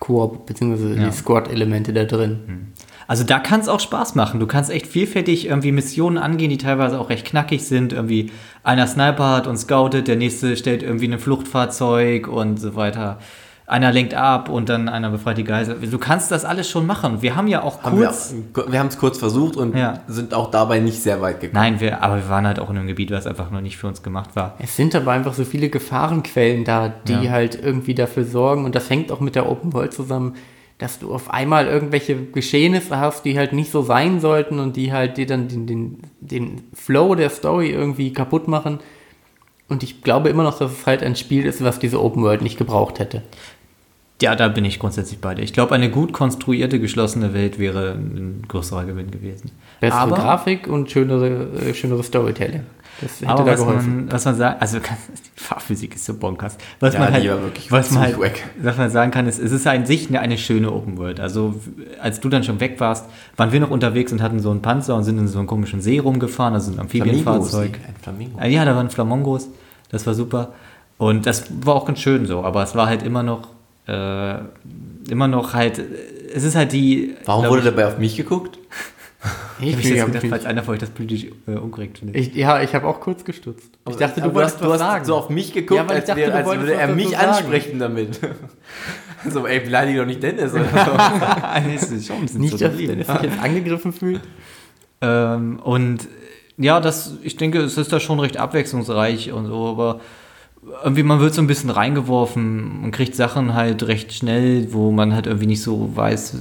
Koop- bzw.
Ja.
die Squad-Elemente da drin.
Also da kann es auch Spaß machen. Du kannst echt vielfältig irgendwie Missionen angehen, die teilweise auch recht knackig sind. Irgendwie einer Sniper hat und scoutet, der nächste stellt irgendwie ein Fluchtfahrzeug und so weiter. Einer lenkt ab und dann einer befreit die Geisel. Du kannst das alles schon machen. Wir haben ja auch
Haben wir
kurz.
auch- wir haben es kurz versucht und
Ja.
sind auch dabei nicht sehr weit gekommen.
Nein, wir, aber wir waren halt auch in einem Gebiet, was einfach noch nicht für uns gemacht war.
Es sind aber einfach so viele Gefahrenquellen da, die
Ja.
halt irgendwie dafür sorgen. Und das hängt auch mit der Open World zusammen, dass du auf einmal irgendwelche Geschehnisse hast, die halt nicht so sein sollten und die halt dir dann den, den, den Flow der Story irgendwie kaputt machen. Und ich glaube immer noch, dass es halt ein Spiel ist, was diese Open World nicht gebraucht hätte.
Ja, da bin ich grundsätzlich bei dir. Ich glaube, eine gut konstruierte, geschlossene Welt wäre ein größerer Gewinn gewesen.
Bessere
aber,
Grafik und schönere, äh, schönere Storytelling. Das hätte
Aber
da
was
geholfen.
man, was man sagen, also [LAUGHS] die Fahrphysik ist so bonkers. Was
Ja,
man
die
halt,
war wirklich
was man halt,
ziemlich wack.
was man sagen kann, ist, es ist an sich eine, eine schöne Open World. Also w- als du dann schon weg warst, waren wir noch unterwegs und hatten so einen Panzer und sind in so einen komischen See rumgefahren, also ein Amphibienfahrzeug.
Ein Flamingo.
Ah Ja, da waren Flamongos, das war super. Und das war auch ganz schön so, aber es war halt immer noch, äh, immer noch halt, es ist halt die.
Warum
glaub
wurde
ich,
dabei auf mich geguckt?
ich hab
will
ich
ja
jetzt gedacht,
nicht-
falls einer von euch das politisch äh, unkorrekt findet.
[LAUGHS]
[LAUGHS]
Ich, ja, ich habe auch kurz gestutzt. Ich dachte, du
Aber
wolltest
hast, du
was
hast
sagen.
so auf mich geguckt,
Ja, weil
als,
ich dachte,
wäre-
du
als
wolltest
würde er
was
mich
dazu sagen.
ansprechen damit. [LAUGHS] so, ey, beleidige doch nicht Dennis oder so.
Das ist schon ein [LAUGHS] bisschen
nicht,
zu
dass
übertrieben.
Dennis sich jetzt angegriffen fühlt.
Ähm, und ja, das, ich denke, es ist da schon recht abwechslungsreich und so, aber irgendwie man wird so ein bisschen reingeworfen und kriegt Sachen halt recht schnell, wo man halt irgendwie nicht so weiß,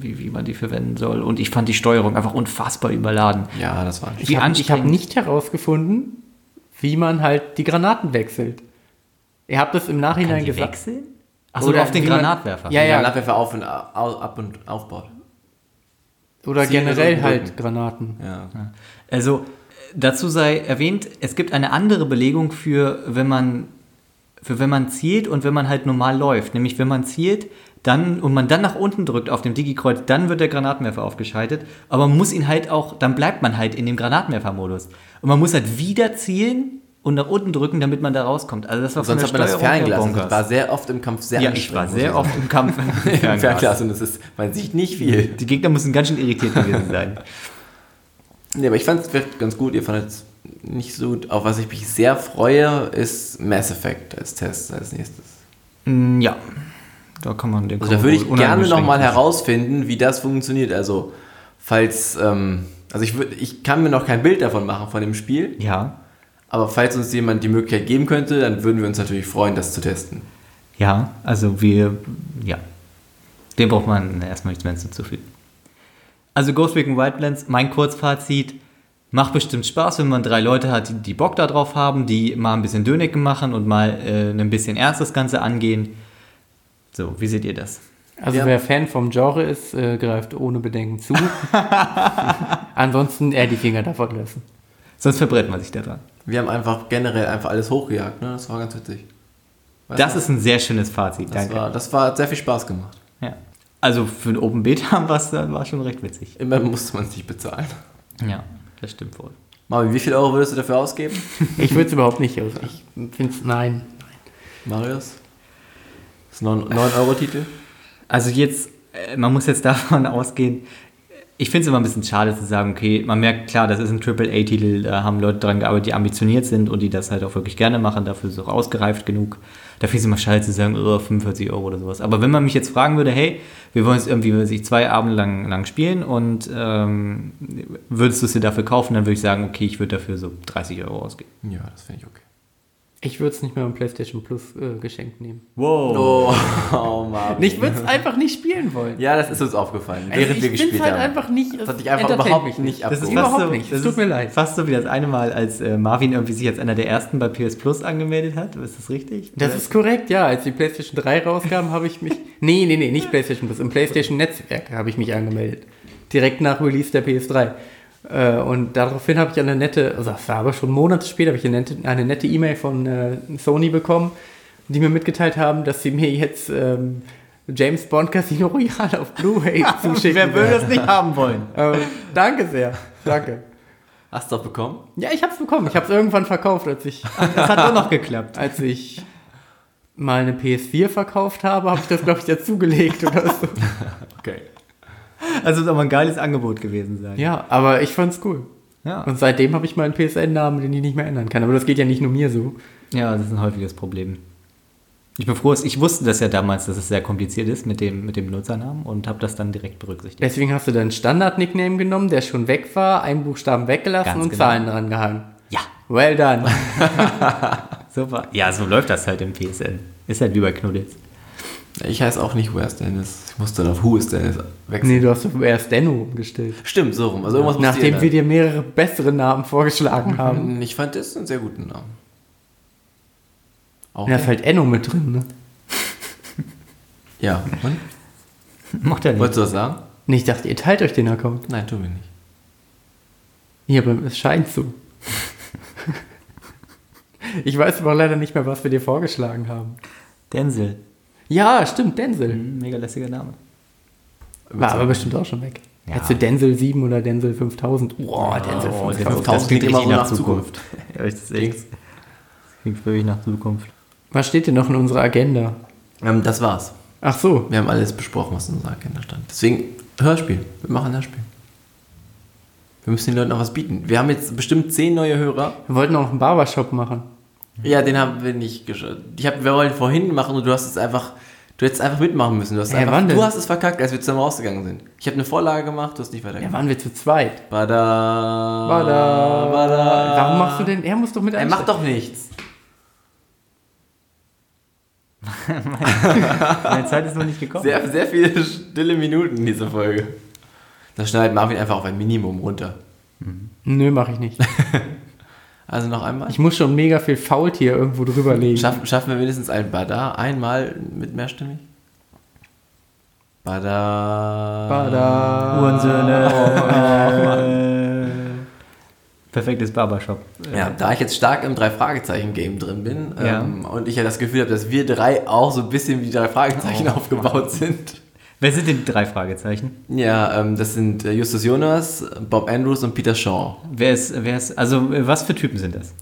wie, wie man die verwenden soll. Und ich fand die Steuerung einfach unfassbar überladen.
ja, das war
Wie
Ich habe hab
anstrengend.
nicht herausgefunden, wie man halt die Granaten wechselt. Ihr habt das im Nachhinein gesagt.
Achso,
Oder
auf den
wie man-
Granatwerfer.
Ja, ja.
Landwerfer auf und au- ab und aufbaut.
Oder
Ziele
generell
und
halt
Brücken.
Granaten.
Ja.
Also, äh, dazu sei erwähnt, es gibt eine andere Belegung für, wenn man, für wenn man zielt und wenn man halt normal läuft. Nämlich, wenn man zielt dann, und man dann nach unten drückt auf dem Digikreuz, dann wird der Granatenwerfer aufgeschaltet. Aber man muss ihn halt auch, dann bleibt man halt in dem Granatenwerfermodus. Und man muss halt wieder zielen und nach unten drücken, damit man da rauskommt. Also, das war von
Sonst
der
hat man das
Steuerung her
ferngelassen.
bonkers.
Ich war sehr oft im Kampf sehr
ja, ich war sehr oft im Kampf
[LAUGHS]
[LAUGHS]
im Fernglas und es ist, man sieht nicht viel.
Die Gegner müssen ganz schön irritiert gewesen sein.
Nee, aber ich fand es ganz gut. Ihr fandet es nicht so gut. Auf was ich mich sehr freue, ist Mass Effect als Test als nächstes.
Mm, Ja, da kann man den
Also da würde ich
Kongo
gerne
uneingeschränkt
nochmal
nicht-
herausfinden, wie das funktioniert. Also, falls, ähm, also ich, würd, ich kann mir noch kein Bild davon machen, von dem Spiel,
Ja,
aber falls uns jemand die Möglichkeit geben könnte, dann würden wir uns natürlich freuen, das zu testen.
ja, also wir, ja. Dem braucht man erstmal nichts mehr hinzuzufügen. Also Ghost Recon Wildlands, mein Kurzfazit, macht bestimmt Spaß, wenn man drei Leute hat, die, die Bock da drauf haben, die mal ein bisschen Dönecke machen und mal äh, ein bisschen ernst das Ganze angehen. So, wie seht ihr das?
Also
Ja.
wer Fan vom Genre ist, äh, greift ohne Bedenken
[LAUGHS]
zu. Ansonsten eher die Finger davon lassen.
Sonst verbrennt man sich daran.
Wir haben einfach generell einfach alles hochgejagt, ne? Das war ganz witzig. Weißt
Das
du?
ist ein sehr schönes Fazit,
das
danke.
war, das war hat sehr viel Spaß gemacht.
ja. Also für ein Open Beta [LAUGHS] war's- war schon recht witzig.
Immer musste man es nicht bezahlen.
Ja, das stimmt wohl.
Marvin, wie viel Euro würdest du dafür ausgeben?
Ich würde es überhaupt nicht. Also ich finde es, nein.
Marius? Das ist ein 9-Euro-Titel?
Also jetzt, äh, man muss jetzt [LAUGHS] davon ausgehen, ich finde es immer ein bisschen schade zu sagen, okay, man merkt klar, das ist ein Triple-A-Titel, da haben Leute dran gearbeitet, die ambitioniert sind und die das halt auch wirklich gerne machen, dafür ist es auch ausgereift genug. Da finde ich es immer schade zu sagen, oh, 45 Euro oder sowas. Aber wenn man mich jetzt fragen würde, hey, wir wollen es irgendwie weiß ich, zwei Abende lang, lang spielen und ähm, würdest du es dir dafür kaufen, dann würde ich sagen, okay, ich würde dafür so 30 Euro ausgeben.
Ja, das finde ich okay.
Ich würde es nicht mehr im PlayStation Plus äh, geschenkt nehmen.
Wow.
Oh, [LAUGHS] oh Mann. [LAUGHS]
Ich würde es einfach nicht spielen wollen.
ja, das ist uns aufgefallen,
Also
während wir
ich find's
gespielt
halt
haben.
einfach nicht.
das
es
hat dich einfach
entertaint
überhaupt
mich
nicht, nicht
Das ist
abgeholt.
fast
Überhaupt
so,
nicht.
Das
Es tut
ist
mir leid.
Fast so wie das eine Mal, als äh, Marvin irgendwie sich als einer der ersten bei PS Plus angemeldet hat. Ist das richtig?
Das ist korrekt, ja. Als die PlayStation 3 rauskam, habe ich mich. Nee, nee, nee, nicht PlayStation Plus. Im PlayStation Netzwerk habe ich mich angemeldet. Direkt nach Release der PS3. Äh, Und daraufhin habe ich eine nette, also das war aber schon Monate später, habe ich eine nette eine nette E-Mail von äh, Sony bekommen, die mir mitgeteilt haben, dass sie mir jetzt ähm, James Bond Casino Royale auf Blu-ray zuschicken.
Wer würde das nicht haben wollen?
Ähm, danke sehr. Danke.
Hast du das bekommen?
Ja, ich hab's bekommen. Ich hab's irgendwann verkauft, als ich,
Das hat doch noch geklappt.
als ich mal eine PS4 verkauft habe, habe ich das, glaube ich, dazugelegt oder so.
Okay.
Also ist aber ein geiles Angebot gewesen sein.
Ja, aber ich fand's cool.
Ja.
Und seitdem habe ich meinen PSN-Namen, den ich nicht mehr ändern kann. Aber das geht ja nicht nur mir so.
Ja, das ist ein häufiges Problem. Ich bin froh, dass- ich wusste das ja damals, dass es sehr kompliziert ist mit dem, mit dem Benutzernamen und habe das dann direkt berücksichtigt.
Deswegen hast du deinen Standard-Nickname genommen, der schon weg war, einen Buchstaben weggelassen
Ganz
und
genau.
Zahlen dran gehangen.
Ja,
Well done.
super. Ja, so läuft das halt im PSN. Ist halt wie bei Knuddels. [LAUGHS]
Ich heiße auch nicht Where's Dennis. Ich musste dann auf Who is Dennis wechseln.
nee, du hast doch erst Denno umgestellt.
Stimmt, so rum. Also irgendwas musst du
Nachdem wir
ändern.
dir mehrere bessere Namen vorgeschlagen
[LAUGHS]
haben.
Ich fand das einen sehr guten Namen. Auch
Da ist halt Enno mit drin, ne?
Ja, und?
Macht er nicht.
Wolltest du was sagen?
Nee, ich dachte, ihr teilt euch den Account.
Nein, tun wir nicht.
Ja, aber es scheint so. ich weiß aber leider nicht mehr, was wir dir vorgeschlagen haben.
Denzel.
Ja,
Mhm.
stimmt, Denzel.
Hm, Mega lässiger Name.
War aber bestimmt auch schon weg.
Ja.
Hättest du Denzel 7 oder Denzel 5000?
Ah,
Boah, Denzel
Oh,
5000.
das-
5000
das
klingt immer
richtig
so nach Zukunft.
[LAUGHS] Ja, das ist echt. Das klingt wirklich nach Zukunft.
Was steht denn noch in unserer Agenda?
Ähm, das war's.
Ach so,
Wir haben alles besprochen, was in unserer Agenda stand. Deswegen Hörspiel. Wir machen Hörspiel. Wir müssen den Leuten noch was bieten. Wir haben jetzt bestimmt zehn neue Hörer.
wir wollten auch einen Barbershop machen.
Ja, den haben wir nicht geschafft. Ich hab, wir wollten vorhin machen und du hast es einfach, du hättest einfach mitmachen müssen. Du hast,
Hä,
einfach,
wann denn?
du hast es verkackt, als wir zusammen rausgegangen sind. Ich habe eine Vorlage gemacht, du hast nicht
Ja,
weitergemacht.
waren wir zu zweit.
Bada.
Bada.
Bada.
Warum machst du denn? Er muss doch mit
Er macht
einsteigen.
doch nichts.
Meine Zeit ist noch nicht gekommen. [LAUGHS]
Sehr, sehr viele stille Minuten in dieser Folge. Das schneidet Marvin einfach auf ein Minimum runter.
Nö, mache ich nicht.
Also noch einmal.
Ich muss schon mega viel Faultier irgendwo drüberlegen.
Schaff, schaffen wir wenigstens ein Bada einmal mit mehrstimmig? Bada.
Bada.
Oh,
Uhrensöhne. Äh, Perfektes Barbershop.
Ja, da ich jetzt stark im Drei-Fragezeichen-Game drin bin
Ja.
ähm, und ich ja das Gefühl habe, dass wir drei auch so ein bisschen wie die
Oh.
Drei-Fragezeichen aufgebaut sind.
Wer sind denn die drei Fragezeichen?
Ja, ähm, das sind äh, Justus Jonas, Bob Andrews und Peter Shaw.
Wer ist, wer ist, also äh, was für Typen sind das?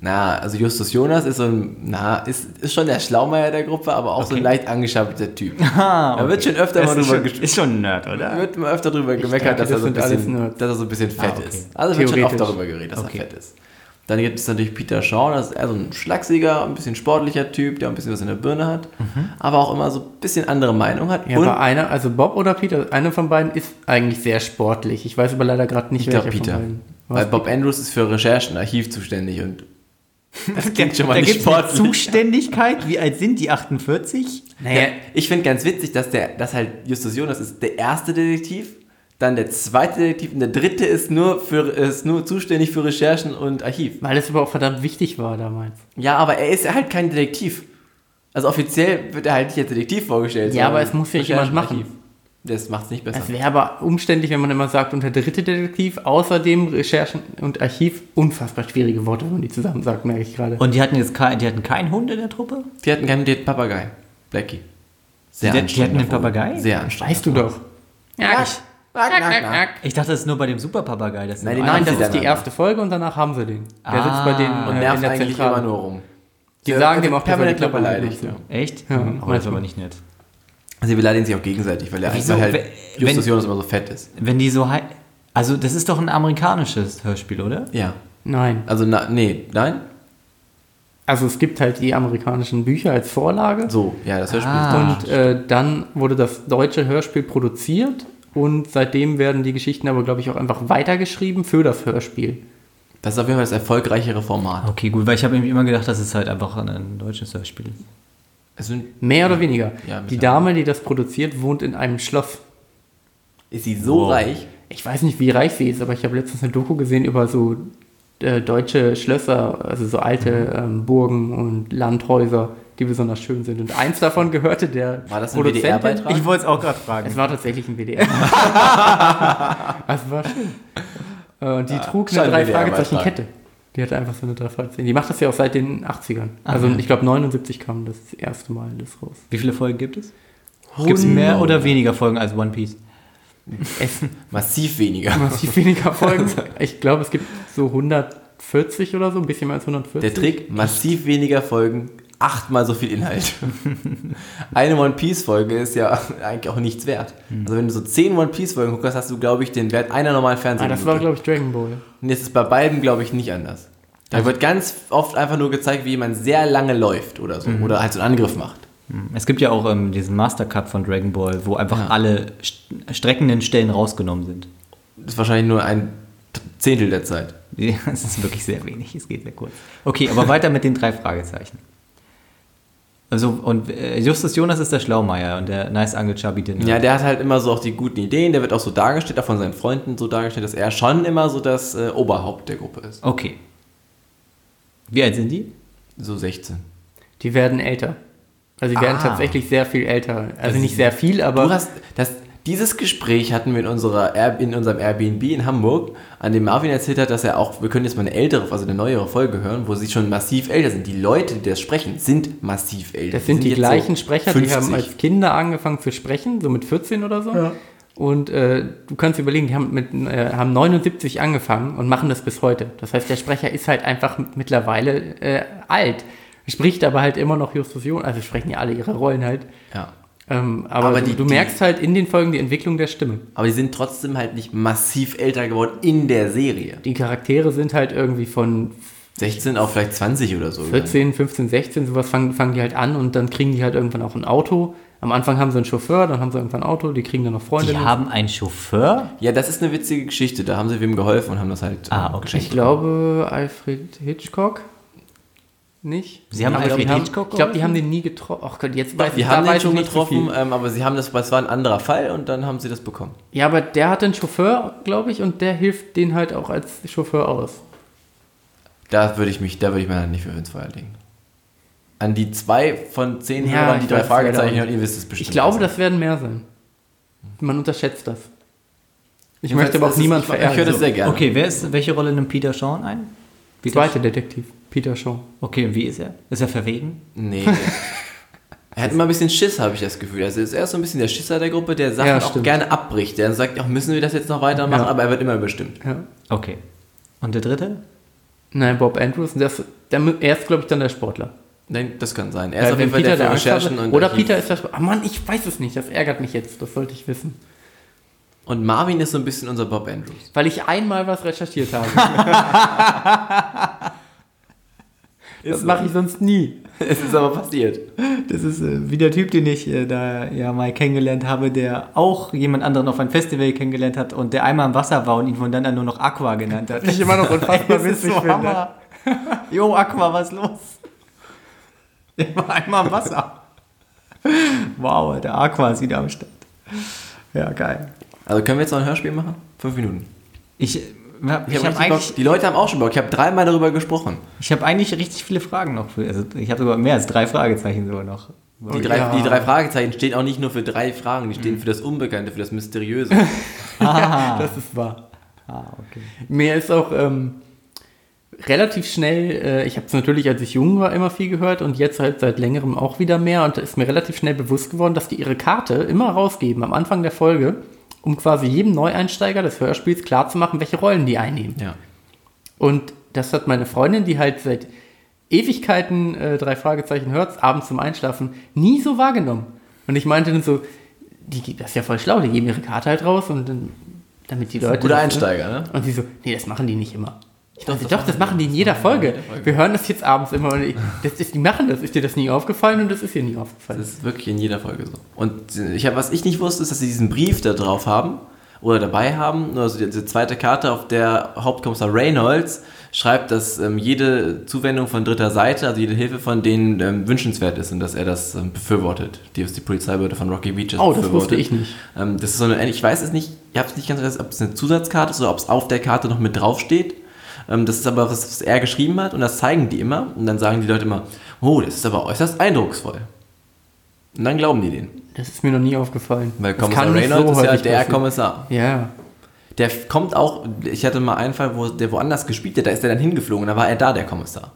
Na, also Justus Jonas ist so ein, na, ist, ist schon der Schlaumeier der Gruppe, aber auch so ein
Okay.
leicht angeschabelter Typ.
[LAUGHS] Ah,
Da wird schon öfter mal drüber gesprochen.
Ist schon ein Nerd, oder?
wird mal öfter drüber gemeckert,
dachte,
dass er,
das
so ein
sind alles
bisschen,
Nerds.
dass er so ein bisschen fett
Ah, okay.
ist. Also wird schon oft
Theoretisch.
darüber geredet, dass
Okay.
er fett ist. Dann gibt es natürlich Peter Shaw, das ist eher so ein schlagsiger, ein bisschen sportlicher Typ, der ein bisschen was in der Birne hat, aber auch immer so ein bisschen andere Meinung hat.
Mhm. Ja,
und
aber einer, also Bob oder Peter, einer von beiden ist eigentlich sehr sportlich. Ich weiß aber leider gerade nicht,
ich glaube
welcher
Peter.
von beiden.
Weil
Was?
Bob Andrews ist für Recherchen, Archiv zuständig
[LAUGHS]
und das klingt schon mal
da
nicht
gibt's eine
sportlich.
Zuständigkeit. Wie alt sind die? 48?
Ja,
Naja,
ich finde ganz witzig, dass, der, dass halt Justus Jonas ist der erste Detektiv, dann der zweite Detektiv und der dritte ist nur, für, ist nur zuständig für Recherchen und Archiv.
weil das aber auch verdammt wichtig war damals.
Ja, aber er ist halt kein Detektiv. Also offiziell wird er halt nicht als Detektiv vorgestellt.
Ja,
sondern
aber es muss ja jemand machen.
Archiv. Das macht's nicht besser.
Es wäre aber umständlich, wenn man immer sagt, und der dritte Detektiv, außerdem Recherchen und Archiv, unfassbar schwierige Worte, wenn man die zusammen sagt, merke ich gerade.
Und die hatten jetzt kein, die hatten keinen Hund in der Truppe?
Die hatten keinen die hatten Papagei. Blackie. Sehr
Die- die
anstrengender
hatten einen
Vogel.
Papagei?
Sehr anstrengend.
Weißt du doch. Ja, ich-
Ich dachte, das ist nur bei dem Superpapagei. Das
Nein, die
Nein,
Haben
das
sie
ist die
dann
erste Folge und danach haben sie den. Der
Ah.
sitzt bei denen
Und
äh,
Nervt eigentlich immer nur rum.
Die
Der
sagen
wird
dem auch, dass er die
permanent
Klappe halten
beleidigt.
soll.
ja. Also
Echt?
Ja,
Mhm. Oh, das ist
manchmal.
aber nicht nett.
Sie beleidigen sich auch gegenseitig, weil, der
Wieso?
weil halt
Wenn-
Justus
wenn-
Jonas immer so fett ist.
Wenn die so hei- Also, das ist doch ein amerikanisches Hörspiel, oder?
Ja.
Nein.
Also, na, nee, nein?
Also es gibt halt die amerikanischen Bücher als Vorlage.
So, ja, das Hörspiel
Ah.
ist deutsch.
Und äh, dann wurde das deutsche Hörspiel produziert und seitdem werden die Geschichten aber, glaube ich, auch einfach weitergeschrieben für das Hörspiel.
Das ist auf jeden Fall das erfolgreichere
Oh.
Format.
Okay, gut, weil ich habe nämlich immer gedacht, dass es halt einfach ein, ein deutsches Hörspiel ist.
Es sind,
Mehr oder weniger.
Ja,
die
mit
Dame, die das produziert, wohnt in einem Schloss.
ist sie so
Wow.
reich?
Ich weiß nicht, wie reich sie ist, aber ich habe letztens eine Doku gesehen über so äh, deutsche Schlösser, also so alte ähm, Burgen und Landhäuser, die besonders schön sind. Und eins davon gehörte der
War das ein
Produzentin.
WDR-Beitrag? Ich
wollte es auch gerade fragen.
Es war tatsächlich ein WDR.
[LAUGHS]
das war schön. Äh, Und die trug eine
scheint
drei
WDR
Fragezeichen
Beitrag.
Kette. Die hatte einfach so eine drei Fragezeichen. Die macht das ja auch seit den 80ern.
Ah,
Also ich glaube 79 kam das erste Mal das raus.
Wie viele Folgen gibt es? Gibt es mehr oder weniger Folgen als One Piece?
Es
Massiv weniger.
massiv
[LAUGHS]
weniger Folgen. Ich glaube, es gibt so 140 oder so, ein bisschen mehr als 140.
Der Trick, massiv weniger Folgen, achtmal so viel Inhalt. Eine One Piece-Folge ist ja eigentlich auch nichts wert.
Hm.
Also wenn du so zehn One Piece-Folgen guckst, hast du, glaube ich, den Wert einer normalen
ah,
Fernsehserie.
das war, glaube ich, Dragon Ball.
Und jetzt ist bei beiden, glaube ich, nicht anders. Da
Also-
wird ganz oft einfach nur gezeigt, wie jemand sehr lange läuft oder
Mhm.
so. Oder halt so einen Angriff macht.
Es gibt ja auch ähm, diesen Master Cup von Dragon Ball, wo einfach alle st streckenden Stellen rausgenommen sind. [LAUGHS]
Das ist wahrscheinlich nur ein Zehntel der Zeit.
Ja, Es ist wirklich sehr wenig, es geht sehr kurz. Okay, aber weiter mit den drei Fragezeichen. Also, und äh, Justus Jonas ist der Schlaumeier und der Nice Uncle Chubby Dinner.
Ja, der hat halt immer so auch die guten Ideen. Der wird auch so dargestellt, auch von seinen Freunden so dargestellt, dass er schon immer so das äh, Oberhaupt der Gruppe ist.
Okay. Wie alt sind die?
So 16.
Die werden älter. Also die werden
Ah.
tatsächlich sehr viel älter. Also nicht sehr viel, aber
Du hast das, dieses Gespräch hatten wir in, unserer Air, in unserem Airbnb in Hamburg, an dem Marvin erzählt hat, dass er auch, wir können jetzt mal eine ältere, also eine neuere Folge hören, wo sie schon massiv älter sind. Die Leute, die das sprechen, sind massiv älter.
Das sind die
jetzt
gleichen Sprecher, die
50.
haben als Kinder angefangen zu sprechen, so mit 14 oder so. Und äh, du kannst überlegen, die haben, mit, äh, haben 79 angefangen und machen das bis heute. Das heißt, der Sprecher ist halt einfach mittlerweile äh, alt, spricht aber halt immer noch Justus Jonas. Also sprechen ja alle ihre Rollen halt.
ja.
Ähm, aber
Aber
du,
die-
du
die-
merkst halt in den Folgen die Entwicklung der Stimme.
Aber die sind trotzdem halt nicht massiv älter geworden in der Serie.
Die Charaktere sind halt irgendwie von
16 auf vielleicht 20 oder so. gegangen.
14, 15, 16, sowas fangen, fangen die halt an und dann kriegen die halt irgendwann auch ein Auto. Am Anfang haben sie einen Chauffeur, dann haben sie irgendwann ein Auto, die kriegen dann noch Freunde.
Die haben einen Chauffeur?
Ja, das ist eine witzige Geschichte. Da haben sie wem geholfen und haben das halt
Ah,
äh,
okay.
geschenkt.
Ich glaube, Alfred Hitchcock. Nicht?
Sie haben
Aber
Alfred
die haben,
Hitchcock
Ich glaube, die haben den nie getroffen. Ach Gott, jetzt weiß
Wir
da
haben
weiß
den
ich
schon
nicht so viel.
getroffen, ähm, aber sie haben das, es war ein anderer Fall und dann haben sie das bekommen.
Ja, aber der hat einen Chauffeur, glaube ich, und der hilft den halt auch als Chauffeur aus.
Da würde ich mich, da würde ich meine Hand nicht für ins Feuer legen. An die zwei von zehn
Ja,
Hörern, die
ich
drei
weiß,
Fragezeichen
leider.
hören, ihr wisst es bestimmt.
Ich glaube,
besser.
das werden mehr sein. Man unterschätzt das. Ich
Jedenfalls
möchte aber
ist
auch
es-
niemand
ich- ich höre
verärgern.
das sehr gerne.
Okay, wer ist, welche Rolle nimmt Peter Shawn ein? Peter
Zweiter Detektiv, Peter Shaw.
Okay, und wie ist er? Ist er verwegen?
[LAUGHS]
Nee. er hat immer ein bisschen Schiss, habe ich das Gefühl. Also ist er ist so ein bisschen der Schisser der Gruppe, der Sachen
Ja,
auch
stimmt.
gerne abbricht. Der sagt, ach, müssen wir das jetzt noch weitermachen,
Ja.
aber er wird immer überstimmt.
Ja.
Okay. Und der dritte?
Nein, Bob Andrews, das, der, er ist, glaube ich, dann der Sportler.
Nein, das kann sein. Er
Weil
ist auf jeden
wenn
Fall der für
Angst
Recherchen
hatte-
und
Oder
Archiv.
Peter ist der Sportler. Ah Mann, ich weiß es nicht, das ärgert mich jetzt, das sollte ich wissen.
Und Marvin ist so ein bisschen unser Bob
[LAUGHS]
Andrews.
Weil ich einmal was recherchiert [LAUGHS] habe. das mache ich sonst nie.
es ist aber passiert.
Das ist äh, wie der Typ, den ich äh, da ja mal kennengelernt habe, der auch jemand anderen auf einem Festival kennengelernt hat und der einmal im Wasser war und ihn von dann an nur noch Aqua genannt hat.
Ich [LAUGHS] immer noch unfassbar
[LAUGHS] Das ist
witzig finde.
Hammer. [LAUGHS] Jo, Aqua, was los? [LAUGHS] Der war einmal im Wasser. [LAUGHS] Wow, der Aqua ist wieder am Start. Ja, geil.
Also können wir jetzt noch ein Hörspiel machen? Fünf Minuten.
Ich, äh, hab, ich
hab
habe
richtig Bock.
eigentlich,
die Leute haben auch schon Bock. Ich habe dreimal darüber gesprochen.
ich hab eigentlich richtig viele Fragen noch. Für, also ich habe sogar mehr als drei Fragezeichen sogar noch.
Die drei,
ja.
die drei Fragezeichen stehen auch nicht nur für drei Fragen, die stehen für das Unbekannte, für das Mysteriöse.
Das ist wahr.
Ah, okay.
Mir ist auch ähm, relativ schnell, äh, ich habe es natürlich, als ich jung war, immer viel gehört und jetzt halt seit längerem auch wieder mehr und da ist mir relativ schnell bewusst geworden, dass die ihre Karte immer rausgeben am Anfang der Folge, um quasi jedem Neueinsteiger des Hörspiels klarzumachen, welche Rollen die einnehmen.
ja.
Und das hat meine Freundin, die halt seit Ewigkeiten äh, drei Fragezeichen hört, abends zum Einschlafen, nie so wahrgenommen. Und ich meinte dann so, die, ge- das ist ja voll schlau, die geben ihre Karte halt raus und dann, damit die Leute.
Guter
das-
Einsteiger, ne?
Und sie so, nee, das machen die nicht immer. Ich dachte,
das
doch,
machen
das
die-
machen die in
das
jeder
machen die in
Folge.
jeder Folge.
Wir hören das jetzt abends immer. Und ich, das ist, die machen das. Ist dir das nie aufgefallen und das ist dir nie aufgefallen.
Das ist wirklich in jeder Folge so. Und äh, ich hab, was ich nicht wusste, ist, dass sie diesen Brief da drauf haben oder dabei haben, also die- diese zweite Karte, auf der Hauptkommissar Reynolds schreibt, dass ähm, jede Zuwendung von dritter Seite, also jede Hilfe von denen ähm, wünschenswert ist und dass er das ähm, befürwortet, die, was die Polizeibehörde von Rocky Beaches
oh, das
befürwortet.
wusste ich nicht.
Ähm, das ist so eine, ich weiß es nicht, ich habe es nicht ganz weiß, ob es eine Zusatzkarte ist oder ob es auf der Karte noch mit draufsteht. Ähm, das ist aber was, was er geschrieben hat und das zeigen die immer. Und dann sagen die Leute immer, oh, das ist aber äußerst eindrucksvoll. Und dann glauben die den.
Das ist mir noch nie aufgefallen.
Weil
Das
Kommissar
kann nicht so
Reynolds ist ja
häufig
der
passieren.
Kommissar.
Ja,
Der f- kommt auch, ich hatte mal einen Fall, wo der woanders gespielt hat, da ist er dann hingeflogen, da war er da, der Kommissar.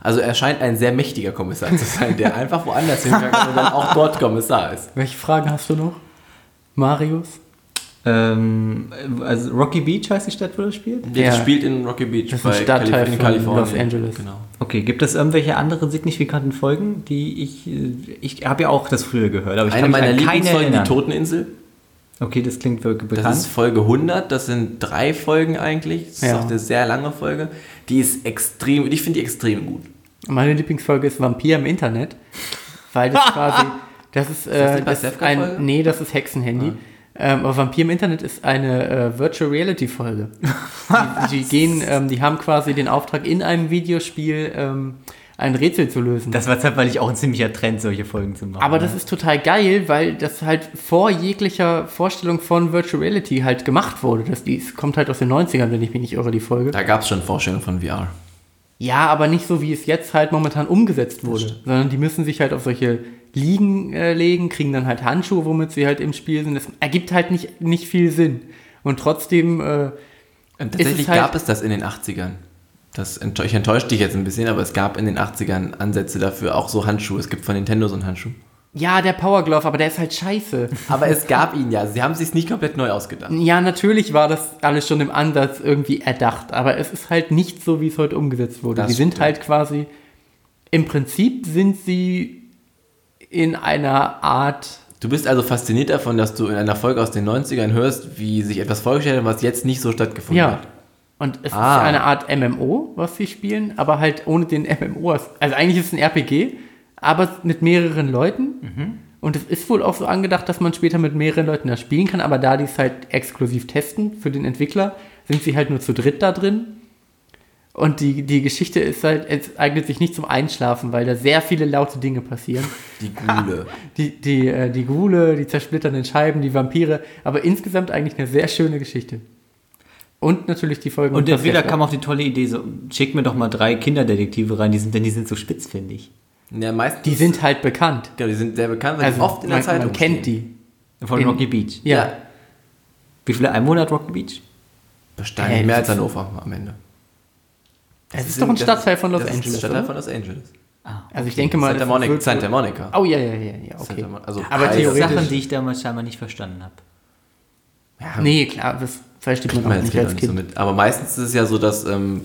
Also er scheint ein sehr mächtiger Kommissar zu sein,
[LAUGHS]
der einfach woanders hingegangen und dann auch dort Kommissar ist.
welche Fragen hast du noch? Marius?
Ähm, also Rocky Beach heißt die Stadt, wo das spielt?
Der
Ja.
spielt in Rocky Beach,
Das ist ein Stadtteil
Kalif-
von Los Angeles.
Genau.
Okay, gibt es irgendwelche anderen signifikanten Folgen, die ich. äh, Ich habe ja auch das früher gehört, aber ich
Eine
kann mich
meiner
an keine
Lieblingsfolgen, die
erinnern.
Toteninsel.
Okay, das klingt wirklich
Das
bekannt.
ist Folge 100, das sind drei Folgen eigentlich. Das ist
Ja.
auch eine sehr lange Folge. Die ist extrem, ich finde die extrem gut.
Meine Lieblingsfolge ist Vampir im Internet, weil das quasi, das ist,
das die
äh, das ist
Pastewka-Folge?
ein, nee, das ist Hexenhandy. Ähm, aber Vampir im Internet ist eine äh, Virtual Reality Folge. Die, die gehen, ähm, die haben quasi den Auftrag in einem Videospiel ähm, ein Rätsel zu lösen.
das war tatsächlich auch ein ziemlicher Trend, solche Folgen zu machen.
aber das ist total geil, weil das halt vor jeglicher Vorstellung von Virtual Reality halt gemacht wurde. Das, die es kommt halt aus den 90ern, wenn ich mich nicht irre, die Folge.
Da gab es schon Vorstellungen von VR.
Ja, aber nicht so, wie es jetzt halt momentan umgesetzt wurde, sondern die müssen sich halt auf solche Liegen äh, legen, kriegen dann halt Handschuhe, womit sie halt im Spiel sind. Das ergibt halt nicht, nicht viel Sinn. Und trotzdem, äh,
Und
Ist es
tatsächlich
halt-
gab es das in den 80ern. Das enttäuscht, ich enttäusche dich jetzt ein bisschen, aber es gab in den 80ern Ansätze dafür, auch so Handschuhe. Es gibt von Nintendo so einen Handschuh.
ja, der Power Glove, aber der ist halt
[LAUGHS]
scheiße.
Aber es gab ihn ja. Sie haben es sich nicht komplett neu ausgedacht.
ja, natürlich war das alles schon im Ansatz irgendwie erdacht, aber es ist halt nicht so, wie es heute umgesetzt wurde.
Das
die sind
stimmt.
halt quasi, im Prinzip sind sie in einer Art
Du bist also fasziniert davon, dass du in einer Folge aus den 90ern hörst, wie sich etwas vorgestellt hat, was jetzt nicht so stattgefunden
Ja.
hat.
Und es
Ah.
ist eine Art MMO, was sie spielen, aber halt ohne den MMO. Also eigentlich ist es ein RPG, aber mit mehreren Leuten. Und es ist wohl auch so angedacht, dass man später mit mehreren Leuten das spielen kann, aber da die es halt exklusiv testen für den Entwickler, sind sie halt nur zu dritt da drin. Und die, die Geschichte ist halt, es eignet sich nicht zum Einschlafen, weil da sehr viele laute Dinge passieren.
Die Gule.
Die, die, äh, die Ghule, die zersplitternden Scheiben, die Vampire, aber insgesamt eigentlich eine sehr schöne Geschichte. Und natürlich die Folgen.
und
mit
entweder
Pastewka.
kam auf die tolle Idee, so, schick mir doch mal drei Kinderdetektive rein, die sind, denn die sind so spitzfindig.
Ja, meistens,
Die sind halt bekannt.
ja, die sind sehr bekannt, weil
Also
die oft in der
man,
Zeitung
man kennt
stehen.
die.
Von
In-
Rocky Beach.
Ja.
Ja.
Wie viele? Ein Monat Rocky Beach?
Besteigen
Hey,
mehr
das
als
ist-
Hannover am Ende.
Es ist,
Das
doch ein
das
Stadtteil von Los
das
Angeles.
Ist ein Stadtteil
oder?
von Los Angeles.
also ich denke mal.
Santa
das
Monica.
wird-
Santa Monica.
Oh ja, ja, ja, ja. Okay.
Santa Mon- also
aber
Preise.
Sachen,
theoretisch.
die ich damals scheinbar nicht verstanden habe.
Ja,
Nee, klar, das versteht
kriegt
man
man
auch
jetzt
nicht
wieder
als
nicht so
Kind.
mit. Aber meistens ist es ja so, dass ähm,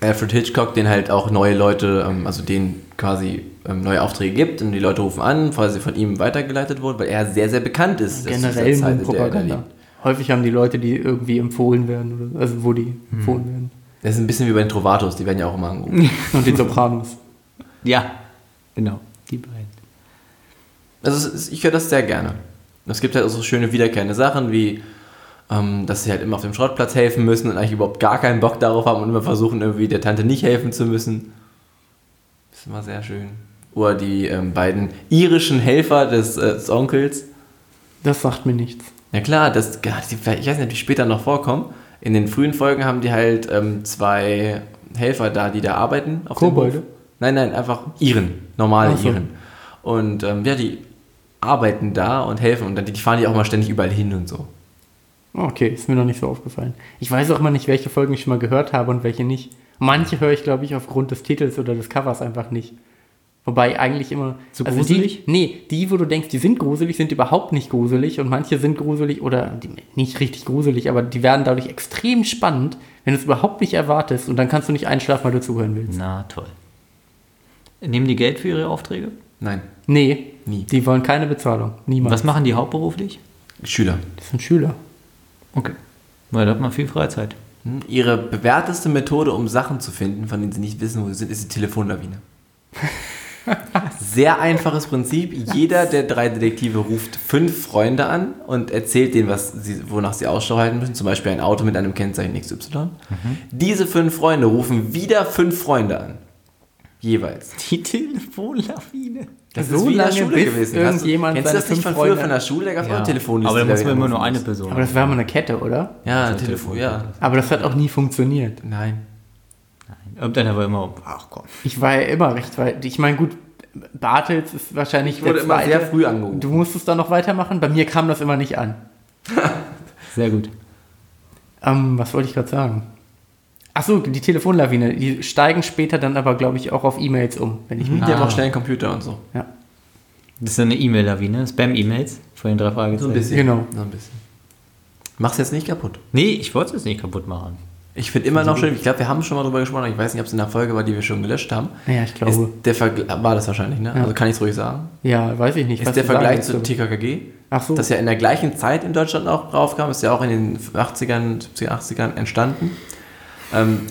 Alfred Hitchcock den halt auch neue Leute, ähm, also denen quasi ähm, neue Aufträge gibt und die Leute rufen an, weil sie von ihm weitergeleitet wurden, weil er sehr, sehr bekannt ist. dass dieser Zeit,
Generell
in der er da
Mundpropaganda.
lebt.
Häufig haben die Leute, die irgendwie empfohlen werden, oder, so, also wo
Hm.
die empfohlen werden.
Das ist ein bisschen wie bei den Trovatos, die werden ja auch immer angerufen.
[LAUGHS] Und den Sopranos.
Ja, genau. Die beiden.
Also es ist- ich höre das sehr gerne. Es gibt halt auch so schöne wiederkehrende Sachen wie, ähm, dass sie halt immer auf dem Schrottplatz helfen müssen und eigentlich überhaupt gar keinen Bock darauf haben und immer versuchen, irgendwie der Tante nicht helfen zu müssen. Das ist immer sehr schön. Oder die ähm, beiden irischen Helfer des, äh, des Onkels.
Das sagt mir nichts.
Ja klar, das, ja, die- ich weiß nicht, ob die später noch vorkommen. In den frühen Folgen haben die halt ähm, zwei Helfer da, die da arbeiten. Auf dem
Kobolde?
Hof. Nein, nein, einfach Iren, normale
Ach so.
Iren. Und ähm, ja, die arbeiten da und helfen und dann die, die fahren die auch mal ständig überall hin und so.
Ah, Okay, ist mir noch nicht so aufgefallen. Ich weiß auch immer nicht, welche Folgen ich schon mal gehört habe und welche nicht. Manche höre ich, glaube ich, aufgrund des Titels oder des Covers einfach nicht. Wobei eigentlich immer. also
Zu gruselig?
Die, nee, die, wo du denkst, die sind gruselig, sind überhaupt nicht gruselig und manche sind gruselig oder die, nicht richtig gruselig, aber die werden dadurch extrem spannend, wenn du es überhaupt nicht erwartest und dann kannst du nicht einschlafen, weil
Hm.
du zuhören willst.
Na toll. Nehmen die Geld für ihre Aufträge?
Nein.
Nee,
Nie.
Die wollen keine Bezahlung. Niemals.
Was machen die hauptberuflich?
Schüler.
Das sind Schüler.
Okay. Weil da hat man viel Freizeit. [LAUGHS]
Hm? Ihre bewährteste Methode, um Sachen zu finden, von denen Sie nicht wissen, wo sie sind, ist die
[LAUGHS]
Telefonlawine. Sehr einfaches Prinzip. Jeder der drei Detektive ruft fünf Freunde an und erzählt denen, was sie, wonach sie Ausschau halten müssen. Zum Beispiel ein Auto mit einem Kennzeichen XY.
Mhm.
Diese fünf Freunde rufen wieder fünf Freunde an. Jeweils.
Die Telefonlawine.
Das
So
ist wie in der
lange,
Schule
bis
gewesen. Hast du-
irgendjemand
Kennst du
seine
das nicht
fünf
von früher
Freunde-
von der Schule? Da gab es auch
Ja.
eine Telefonliste.
Aber da muss
die
man immer nur
anrufen
eine
musste.
Person.
Aber das war immer eine Kette, oder?
Ja,
Das war
Telefon,
Telefon.
ja.
Aber das hat auch nie funktioniert.
Nein.
Irgendeiner war immer, um. ach komm.
Ich war ja immer recht weit. Ich meine, gut, Bartels ist wahrscheinlich
Ich wurde immer sehr früh angerufen.
Du musstest da noch weitermachen. Bei mir kam das immer nicht an.
Sehr gut.
Ähm, was wollte ich gerade sagen? Achso, die Telefonlawine. Die steigen später dann aber, glaube ich, auch auf E-Mails um. Wenn ich
Mhm. Die
mich
haben
Ah.
auch schnell einen Computer und so.
ja.
Das ist so eine E-Mail-Lawine, Spam-E-Mails von den drei Fragezeichen.
Genau.
Genau.
So ein bisschen. Mach's jetzt nicht kaputt.
Nee, ich wollte es jetzt nicht kaputt machen.
Ich finde immer
Also-
noch schön, ich glaube, wir haben schon mal drüber gesprochen, aber ich weiß nicht, ob es in der Folge war, die wir schon gelöscht haben.
Ja, ich glaube.
Ist der Vergl- war das wahrscheinlich, ne?
Ja.
Also kann ich es ruhig sagen.
Ja, weiß ich nicht.
Ist
was
der
du sagen
Vergleich
willst,
zu
aber-
TKKG,
Ach so.
das ja in der gleichen Zeit in Deutschland auch raufkam, ist ja auch in den 80ern, 70er, 80ern entstanden. Ähm,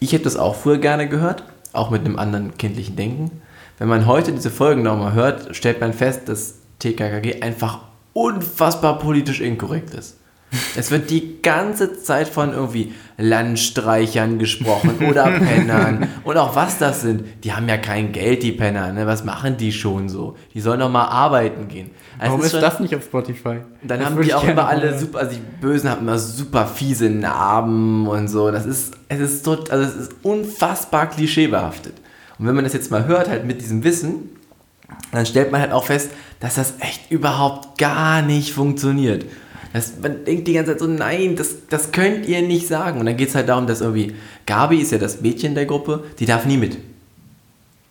ich hätte das auch früher gerne gehört, auch mit einem anderen kindlichen Denken. Wenn man heute diese Folgen nochmal hört, stellt man fest, dass TKKG einfach unfassbar politisch inkorrekt
[LAUGHS]
ist. Es wird die ganze Zeit von irgendwie Landstreichern gesprochen
[LAUGHS]
oder Pennern. Und auch was das sind. Die haben ja kein Geld, die Penner. Ne? Was machen die schon so? Die sollen doch mal arbeiten gehen. Also
Warum
es
ist
schon-
das nicht auf Spotify?
dann
das
haben
würde
die
ich
auch
gerne
immer alle
mal-
super, also die Bösen haben immer super fiese Narben und so. Das ist, es ist so, also es ist unfassbar klischeebehaftet. Und wenn man das jetzt mal hört, halt mit diesem Wissen, dann stellt man halt auch fest, dass das echt überhaupt gar nicht funktioniert. Das, man denkt die ganze Zeit so, nein, das, das könnt ihr nicht sagen. Und dann geht es halt darum, dass irgendwie, Gabi ist ja das Mädchen der Gruppe, die darf nie mit.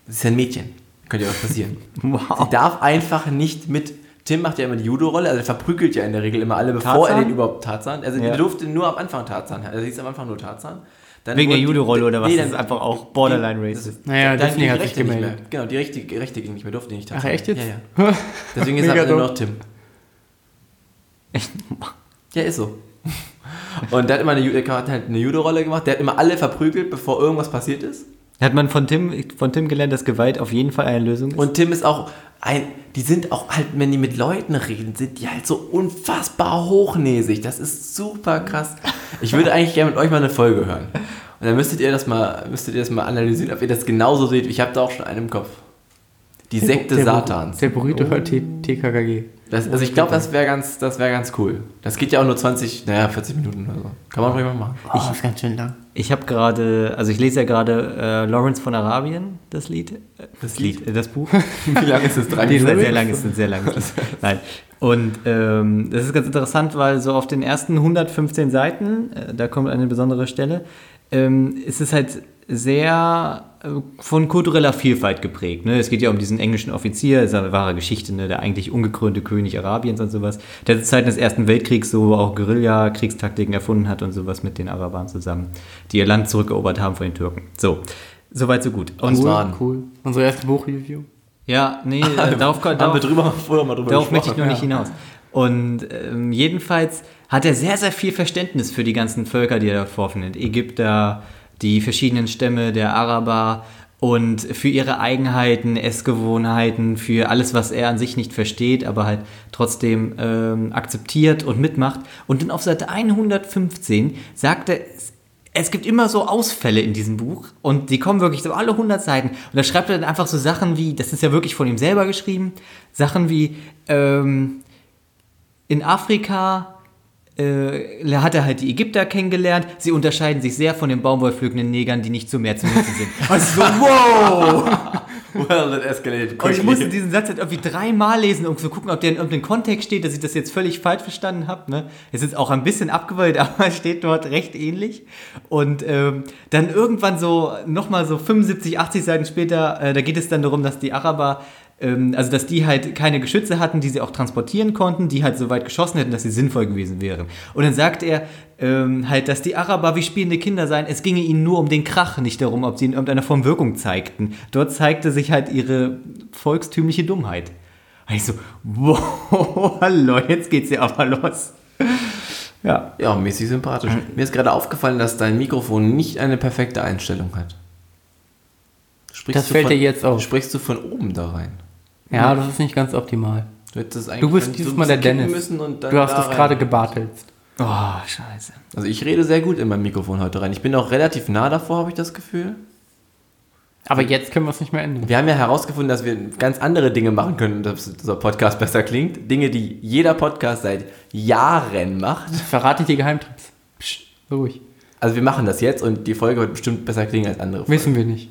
Das ist ja ein Mädchen. Könnte ja was passieren.
[LAUGHS] Wow.
Sie darf einfach nicht mit. Tim macht ja immer die Judo-Rolle, also er verprügelt ja in der Regel immer alle, bevor er
Tarzan?
den überhaupt Tarzan. Also
Ja.
die durfte nur am Anfang Tarzan. Also sie ist am Anfang nur Tarzan. Dann
Wegen der
wurde die-
Judo-Rolle oder was?
Nee,
das
dann,
ist einfach auch Borderline-Racist.
Naja,
dann
Disney
ging die
hat sich
Rechte nicht mehr.
gemeldet.
Genau, die Rechte, die Rechte ging nicht mehr, durfte die nicht
Ach,
Tarzan.
echt jetzt?
Ja, ja.
[LAUGHS]
Deswegen ist
Mega
er halt nur
dumm.
noch Tim. Ja, ist so. [LAUGHS] Und der hat immer eine, Ju- der hat halt eine Judo-Rolle gemacht, der hat immer alle verprügelt, bevor irgendwas passiert ist.
[LAUGHS] Hat man von Tim, von Tim gelernt, dass Gewalt auf jeden Fall eine Lösung ist?
Und Tim ist auch ein, die sind auch halt, wenn die mit Leuten reden, sind die halt so unfassbar hochnäsig. Das ist super krass. Ich würde eigentlich gerne mit euch mal eine Folge hören. Und dann müsstet ihr das mal, müsstet ihr das mal analysieren, ob ihr das genauso seht. Ich habe da auch schon einen im Kopf. Die Sekte
Der Bur-
Satans. Oh.
Der Burrito hört T- TKKG.
Das, also ich glaube, das wäre ganz, das wäre ganz cool. Das geht ja auch nur 20, naja, 40 Minuten oder so. Kann man ruhig mal
[LAUGHS]
machen.
Ich ist ganz schön lang.
Ich habe gerade, also ich lese ja gerade äh, Lawrence von Arabien, das Lied. äh, Das Lied, äh, das Buch.
Wie lange ist das? Drei
Die ist ein
Minuten?
sehr langes, ein
[LAUGHS]
sehr langes. Lied. Nein. Und ähm, das ist ganz interessant, weil so auf den ersten 115 Seiten, äh, da kommt eine besondere Stelle, ähm, es ist halt sehr äh, von kultureller Vielfalt geprägt. Ne? Es geht ja um diesen englischen Offizier, ist eine wahre Geschichte, ne? der eigentlich ungekrönte König Arabiens und sowas, der zu Zeiten des Ersten Weltkriegs so auch Guerilla-Kriegstaktiken erfunden hat und sowas mit den Arabern zusammen, die ihr Land zurückerobert haben von den Türken. So, soweit so gut. Und,
Cool.
Cool, cool. Unsere erste Buchreview.
ja,
[LAUGHS]
nee, äh, darauf,
Haben
darauf,
wir drüber, vorher mal drüber
Darauf möchte
[LAUGHS]
ich nur
ja.
nicht hinaus. Und ähm, jedenfalls hat er sehr, sehr viel Verständnis für die ganzen Völker, die er dort vorfindet. Ägypter, die verschiedenen Stämme der Araber und für ihre Eigenheiten, Essgewohnheiten, für alles, was er an sich nicht versteht, aber halt trotzdem ähm, akzeptiert und mitmacht. Und dann auf Seite 115 sagt er, es- es gibt immer so Ausfälle in diesem Buch und die kommen wirklich so alle 100 Seiten. Und da schreibt er dann einfach so Sachen wie, das ist ja wirklich von ihm selber geschrieben, Sachen wie, ähm, in Afrika äh, hat er halt die Ägypter kennengelernt, sie unterscheiden sich sehr von den baumwollpflückenden Negern, die nicht zu mehr zu nutzen sind. Also Und es ist so, wow!
Well, it escalated
Und ich
quickly.
musste diesen Satz halt irgendwie dreimal lesen, um zu gucken, ob der in irgendeinem Kontext steht, dass ich das jetzt völlig falsch verstanden habe. Ne? Es ist auch ein bisschen abgewollt, [LAUGHS] aber es steht dort recht ähnlich. Und ähm, dann irgendwann so nochmal so 75, 80 Seiten später, äh, da geht es dann darum, dass die Araber, ähm, also dass die halt keine Geschütze hatten, die sie auch transportieren konnten, die halt so weit geschossen hätten, dass sie sinnvoll gewesen wären. Und dann sagt er ähm, halt, dass die Araber wie spielende Kinder seien, es ginge ihnen nur um den Krach, nicht darum, ob sie in irgendeiner Form Wirkung zeigten. Dort zeigte sich halt ihre volkstümliche Dummheit. Und Und ich so, [LAUGHS] wow, hallo, jetzt geht's ja aber los. Ja.
Ja, mäßig sympathisch.
Hm.
Mir ist gerade aufgefallen, dass dein Mikrofon nicht eine perfekte Einstellung hat. Sprichst
Das
du
fällt
von,
dir jetzt auf.
Sprichst du von oben da rein?
Ja, das ist nicht ganz optimal.
Du, hättest es eigentlich
Du
dann
bist
so
dieses
ein
Mal der
bisschen kippen
Dennis.
müssen und dann
Du hast
da
das gerade
rein.
gebartelt.
Oh, scheiße.
Also ich rede sehr gut in mein Mikrofon heute rein. Ich bin auch relativ nah davor, habe ich das Gefühl.
Aber jetzt können wir es nicht mehr ändern.
Wir haben ja herausgefunden, dass wir ganz andere Dinge machen können, dass unser Podcast besser klingt. Dinge, die jeder Podcast seit Jahren macht.
Verrate ich dir Geheimtipps. Psst, ruhig.
Also wir machen das jetzt und die Folge wird bestimmt besser klingen als andere Folgen.
Wissen wir nicht.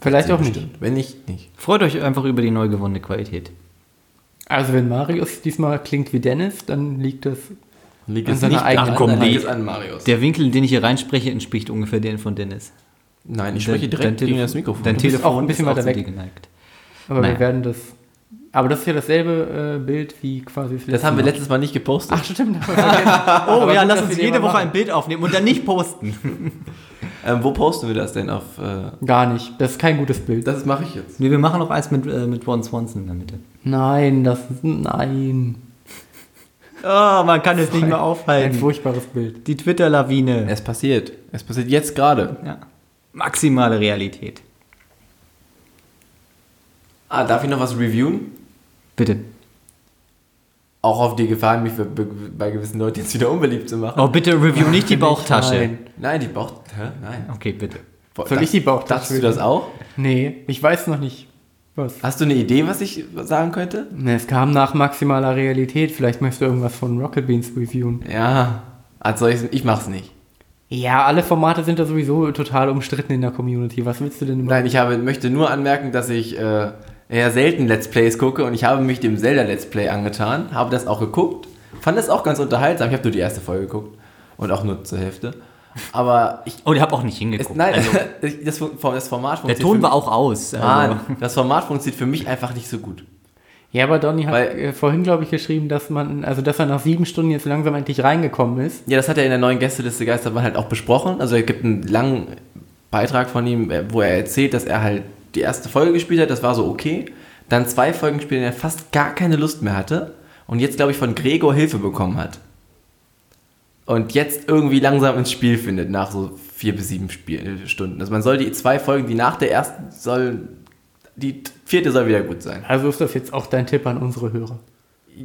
Vielleicht auch nicht.
Bestimmt. Wenn nicht, nicht.
Freut euch einfach über die neu gewonnene Qualität.
Also wenn Marius diesmal klingt wie Dennis, dann liegt das.
Liegt
An
es
seiner
nicht
eigenen
daran,
Kombi.
dann liegt es an Marius.
Der Winkel, den ich hier reinspreche, entspricht ungefähr den von Dennis.
Nein, ich spreche
Dein-
direkt
dein
gegen
Telefon-
das Mikrofon.
Dein
Du bist
Telefon
auch ein bisschen
ist
weiter
zu
weg.
dir geneigt.
Aber
Naja.
wir werden das. Aber das ist ja dasselbe äh, Bild wie quasi das
das haben wir
Mal.
letztes Mal nicht gepostet.
Ach stimmt. haben wir vergessen.
Oh
Aber
ja,
gut,
lass
dass
uns
wir den
jede
mal
Woche
machen.
ein Bild aufnehmen und dann nicht posten.
Ähm, wo posten wir das denn auf? Äh,
Gar nicht. Das ist kein gutes Bild.
das mache ich jetzt.
Nee, wir machen auch eins mit, äh, mit Ron Swanson in der Mitte.
Nein, das nein.
Oh, man kann es nicht mehr
Ein
aufhalten.
furchtbares Bild.
Die Twitter-Lawine.
Es passiert. Es passiert jetzt gerade.
Ja. Maximale Realität.
Ah, darf ich noch was reviewen?
Bitte.
Auch auf die Gefahr, mich für, be- bei gewissen Leuten jetzt wieder unbeliebt zu machen.
Oh, bitte review nicht die Bauchtasche.
Oh, Nein.
Nein, die Bauch... Hä? Nein.
Okay, bitte.
Soll ich die Bauchtasche
Dachtest du das auch?
Nee, ich weiß noch nicht. Was?
Hast du eine Idee, was ich sagen könnte?
Ne, es kam nach maximaler Realität. Vielleicht möchtest du irgendwas von Rocket Beans reviewen.
Ja. Also ich, ich mach's nicht.
Ja, alle Formate sind da sowieso total umstritten in der Community. Was willst du denn überhaupt?
Nein, ich habe, möchte nur anmerken, dass ich äh, eher selten Let's Plays gucke und ich habe mich dem Zelda Let's Play angetan, habe das auch geguckt, fand das auch ganz unterhaltsam. Ich habe nur die erste Folge geguckt und auch nur zur Hälfte. Aber ich.
Oh, ich habe auch nicht
Es,
hingeguckt.
nein, [LAUGHS]
also,
ich- das, das Format
der
funktioniert.
Ton
für
war auch aus.
mich,
Also.
Mann, das Format funktioniert für mich einfach nicht so gut.
Ja, aber Donny hat
Weil-
äh, vorhin, glaube ich, geschrieben, dass man, also dass er nach sieben Stunden jetzt langsam endlich reingekommen ist.
Ja, das hat er in der neuen Gästeliste Geisterbahn halt auch besprochen. Also es gibt einen langen Beitrag von ihm, äh, wo er erzählt, dass er halt die erste Folge gespielt hat, das war so okay. Dann zwei Folgen gespielt, in denen er fast gar keine Lust mehr hatte. Und jetzt, glaube ich, von Gregor Hilfe bekommen hat. Und jetzt irgendwie langsam ins Spiel findet, nach so vier bis sieben Spiel Stunden. Also man soll die zwei Folgen, die nach der ersten sollen, die vierte soll wieder gut sein.
Also ist das jetzt auch dein Tipp an unsere Hörer.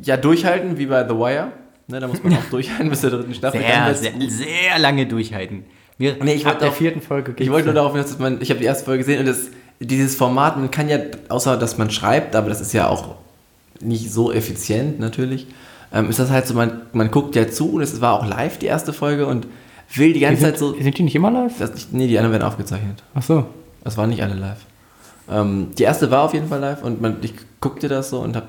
Ja, durchhalten, wie bei The Wire. Ne, da muss
[LAUGHS]
man auch durchhalten bis zur dritten Staffel. Dann
Sehr,
wird's
sehr, sehr lange durchhalten. Wir,
Nee, ich
Ab
wollte
der
auch-
vierten Folge
Ich
geht's
wollte nur
dann.
darauf hinaus, dass man, ich habe die erste Folge gesehen und das, dieses Format, man kann ja, außer dass man schreibt, aber das ist ja auch nicht so effizient natürlich, ähm, ist das halt so, man, man guckt ja zu und es war auch live die erste Folge und will die ganze
sind,
Zeit so.
sind die nicht immer live?
Das, nicht- nee, die anderen werden aufgezeichnet.
Ach so.
Das waren nicht alle live. Ähm, die erste war auf jeden Fall live und man, ich guckte das so und habe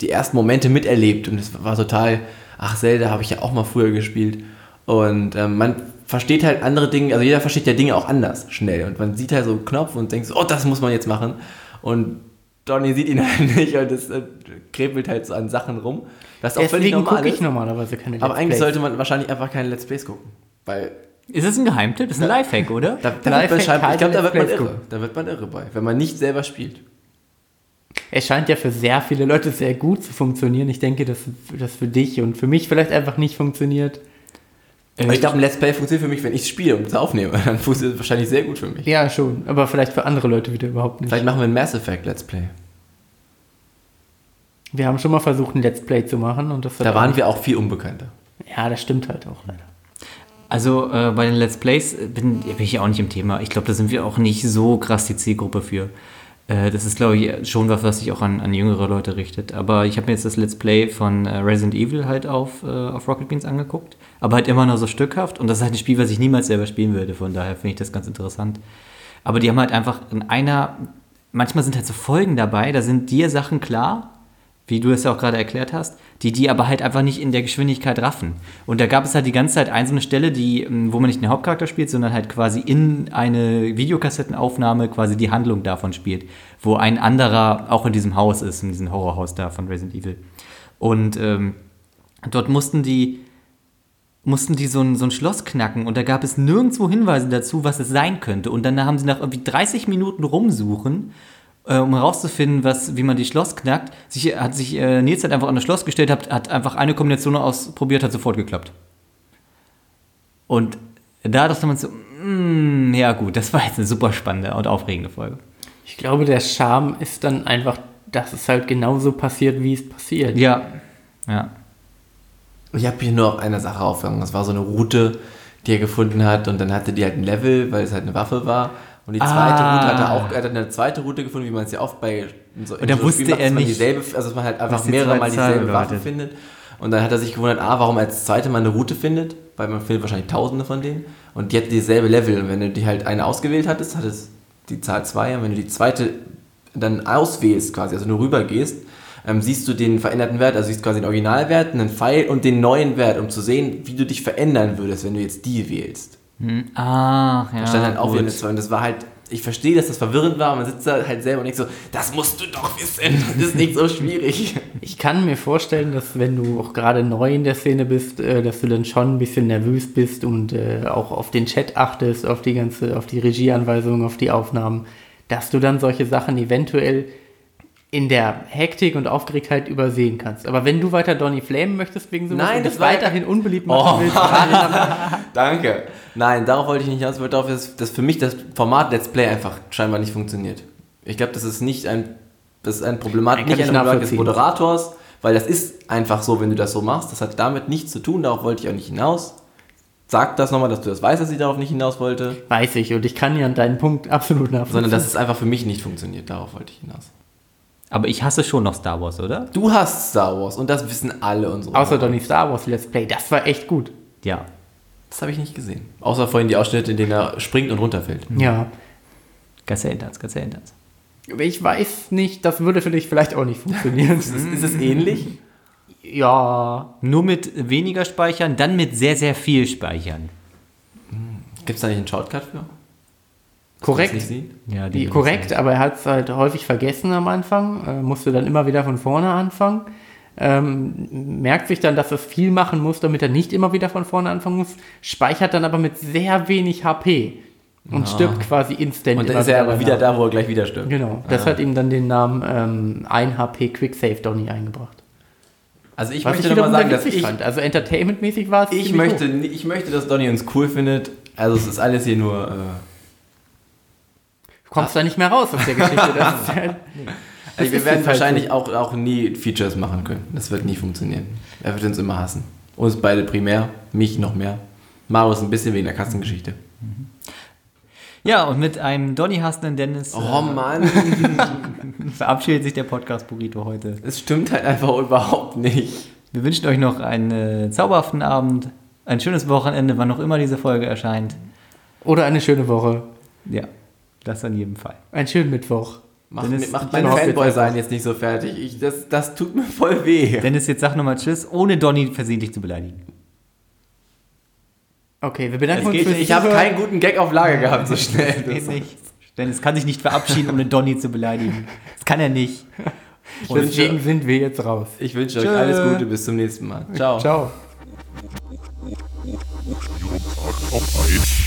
die ersten Momente miterlebt und es war total, ach Zelda habe ich ja auch mal früher gespielt und ähm, man versteht halt andere Dinge, also jeder versteht ja Dinge auch anders schnell und man sieht halt so einen Knopf und denkt so, oh, das muss man jetzt machen und Donny sieht ihn [LAUGHS] halt nicht und es äh, krepelt halt so an Sachen rum. Das ist auch völlig
Deswegen
normal.
gucke ich
Ist,
normalerweise keine
aber
Let's
eigentlich
Plays.
sollte man wahrscheinlich einfach keine Let's Plays gucken, weil
ist es ein Geheimtipp? Das ist ein Lifehack, oder?
da, da wird man
Lifehack,
scheinbar, ich glaube, da
keine
wird man
Let's Plays
irre. Da wird man irre bei, wenn man nicht selber spielt.
Es scheint ja für sehr viele Leute sehr gut zu funktionieren. Ich denke, dass das für dich und für mich vielleicht einfach nicht funktioniert.
Aber ich glaube, ein Let's Play funktioniert für mich, wenn ich spiele und es aufnehme. [LAUGHS] Dann funktioniert es wahrscheinlich sehr gut für mich.
Ja, schon. Aber vielleicht für andere Leute wieder überhaupt nicht.
Vielleicht machen wir ein Mass Effect Let's Play.
Wir haben schon mal versucht, ein Let's Play zu machen und das hat
Da waren wir auch viel Unbekannter.
Ja, das stimmt halt auch leider.
Also äh, bei den Let's Plays bin, bin ich auch nicht im Thema. Ich glaube, da sind wir auch nicht so krass die Zielgruppe für. Äh, das ist, glaube ich, schon was, was sich auch an, an jüngere Leute richtet. Aber ich habe mir jetzt das Let's Play von äh, Resident Evil halt auf, äh, auf Rocket Beans angeguckt. Aber halt immer noch so stückhaft. Und das ist halt ein Spiel, was ich niemals selber spielen würde. Von daher finde ich das ganz interessant. Aber die haben halt einfach in einer... Manchmal sind halt so Folgen dabei, da sind dir Sachen klar wie du es ja auch gerade erklärt hast, die die aber halt einfach nicht in der Geschwindigkeit raffen. Und da gab es halt die ganze Zeit einzelne Stelle, die, ähm, wo man nicht den Hauptcharakter spielt, sondern halt quasi in eine Videokassettenaufnahme quasi die Handlung davon spielt, wo ein anderer auch in diesem Haus ist, in diesem Horrorhaus da von Resident Evil. Und ähm, dort mussten die mussten die so ein, so ein Schloss knacken und da gab es nirgendwo Hinweise dazu, was es sein könnte. Und dann haben sie nach irgendwie 30 Minuten rumsuchen äh, um herauszufinden, was, wie man die Schloss knackt, sich, hat sich äh, Nils hat einfach an das Schloss gestellt, hat, hat einfach eine Kombination ausprobiert, hat sofort geklappt. Und da dachte man so, mm, ja gut, das war jetzt eine super spannende und aufregende Folge.
Ich glaube, der Charme ist dann einfach, dass es halt genauso passiert, wie es passiert.
Ja, ja.
Ich habe hier nur auf einer Sache aufgehangen. Das war so eine Route, die er gefunden hat. Und dann hatte die halt ein Level, weil es halt eine Waffe war. Und die zweite
Ah.
Route hat er auch, er hat eine zweite Route gefunden, wie man es ja oft bei so
Und da
so
wusste
Spielen macht,
er
dass man
nicht,
dieselbe, also dass man halt
was
einfach
die
mehrere
zwei
Mal
Zahlen
dieselbe Waffe
bedeutet.
findet. Und dann hat er sich gewundert, ah, warum als zweite Mal eine Route findet, weil man findet wahrscheinlich Tausende von denen. Und die hat dieselbe Level. Und wenn du die halt eine ausgewählt hattest, hattest die Zahl 2. Und wenn du die zweite dann auswählst quasi, also nur rüber gehst, ähm, siehst du den veränderten Wert, also siehst quasi den Originalwert, einen Pfeil und den neuen Wert, um zu sehen, wie du dich verändern würdest, wenn du jetzt die wählst.
Hm, Ach, ja.
Da stand halt auch
gut.
wieder eine 2 und das war halt, ich verstehe, dass das verwirrend war, man sitzt da halt selber und denkt so, das musst du doch wissen, [LAUGHS] das ist nicht so schwierig.
Ich kann mir vorstellen, dass wenn du auch gerade neu in der Szene bist, äh, dass du dann schon ein bisschen nervös bist und äh, auch auf den Chat achtest, auf die ganze, auf die Regieanweisungen, auf die Aufnahmen, dass du dann solche Sachen eventuell in der Hektik und Aufgeregtheit übersehen kannst. Aber wenn du weiter Donny flamen möchtest wegen sowas
Nein,
und
das
dich
war ja-
weiterhin unbeliebt
Oh,
machen willst, gerade dann-
Danke. Nein, darauf wollte ich nicht hinaus, ich wollte darauf, dass, dass für mich das Format Let's Play einfach scheinbar nicht funktioniert. Ich glaube, das ist nicht ein, das ist ein Problematik,
Kann
nicht
ich
ein Problematik des
nachvollziehen.
Moderators, weil das ist einfach so, wenn du das so machst, das hat damit nichts zu tun, darauf wollte ich auch nicht hinaus. Sag das nochmal, dass du das weißt, dass ich darauf nicht hinaus wollte,
weiß ich und ich kann ja deinen Punkt absolut nachvollziehen.
sondern dass es einfach für mich nicht funktioniert, darauf wollte ich hinaus.
Aber ich hasse schon noch Star Wars, oder?
Du hast Star Wars und das wissen alle unsere.
Außer Donny Star Wars Let's Play, das war echt gut.
Ja.
Das habe ich nicht gesehen. Außer vorhin die Ausschnitte, in denen er springt und runterfällt.
Ja.
Gazellentanz, Gazellentanz.
Aber ich weiß nicht, das würde für dich vielleicht auch nicht funktionieren.
Ist es ähnlich?
ja.
Nur mit weniger Speichern, dann mit sehr, sehr viel Speichern.
Gibt es da nicht einen Shortcut für?
Korrekt.
Dass man's Nicht sieht?
Ja,
Die, korrekt, aber er hat es halt häufig vergessen am Anfang, äh, musste dann immer wieder von vorne anfangen. Ähm, merkt sich dann, dass er viel machen muss, damit er nicht immer wieder von vorne anfangen muss, speichert dann aber mit sehr wenig HP und stirbt quasi instant.
Ah. Und dann
immer
ist er aber wieder
danach.
da, Ah. wo er gleich wieder stirbt.
Genau, das hat ihm dann den Namen ähm, 1 HP Quick Save Donny eingebracht.
Also ich
Was ich
möchte nochmal
wiederum
sagen,
sehr
dass
witzig
ich,
fand. Also entertainmentmäßig war es
ich,
ziemlich
möchte,
hoch.
ni- ich möchte, dass Donny uns cool findet. Also es ist alles hier nur... Äh,
Du kommst da nicht mehr raus aus der Geschichte.
[LAUGHS]
Das ist halt, Das
wir werden
ist jetzt halt
wahrscheinlich
so.
auch, auch nie Features machen können. Das wird nie funktionieren. Er wird uns immer hassen. Uns beide primär, mich noch mehr. Marius ein bisschen wegen der Katzengeschichte.
Ja, und mit einem Donny hassenden Dennis
Oh Mann.
äh, verabschiedet sich der Podcast Burrito heute.
Es stimmt halt einfach überhaupt nicht.
Wir wünschen euch noch einen äh, zauberhaften Abend, ein schönes Wochenende, wann auch immer diese Folge erscheint.
Oder eine schöne Woche,
Ja, das an jedem Fall.
einen schönen Mittwoch.
Macht,
Dennis,
mi- macht
ich
mein
hoffe jetzt
Fanboy sein jetzt nicht so fertig. Ich, das, das tut mir voll weh.
Dennis, jetzt sag nochmal Tschüss, ohne Donny versehentlich zu beleidigen.
Okay, wir bedanken
Es
uns
geht,
fürs
ich habe
Zuhören.
keinen guten Gag auf Lager gehabt so schnell.
[LAUGHS]
Geht nicht. Dennis kann sich nicht verabschieden, ohne Donny zu beleidigen. Das kann er nicht.
Und
Deswegen sind wir jetzt raus.
Ich wünsche euch
Tschö.
alles Gute, bis zum nächsten Mal. Ciao.
Ciao.
Spielumfrage auf 1.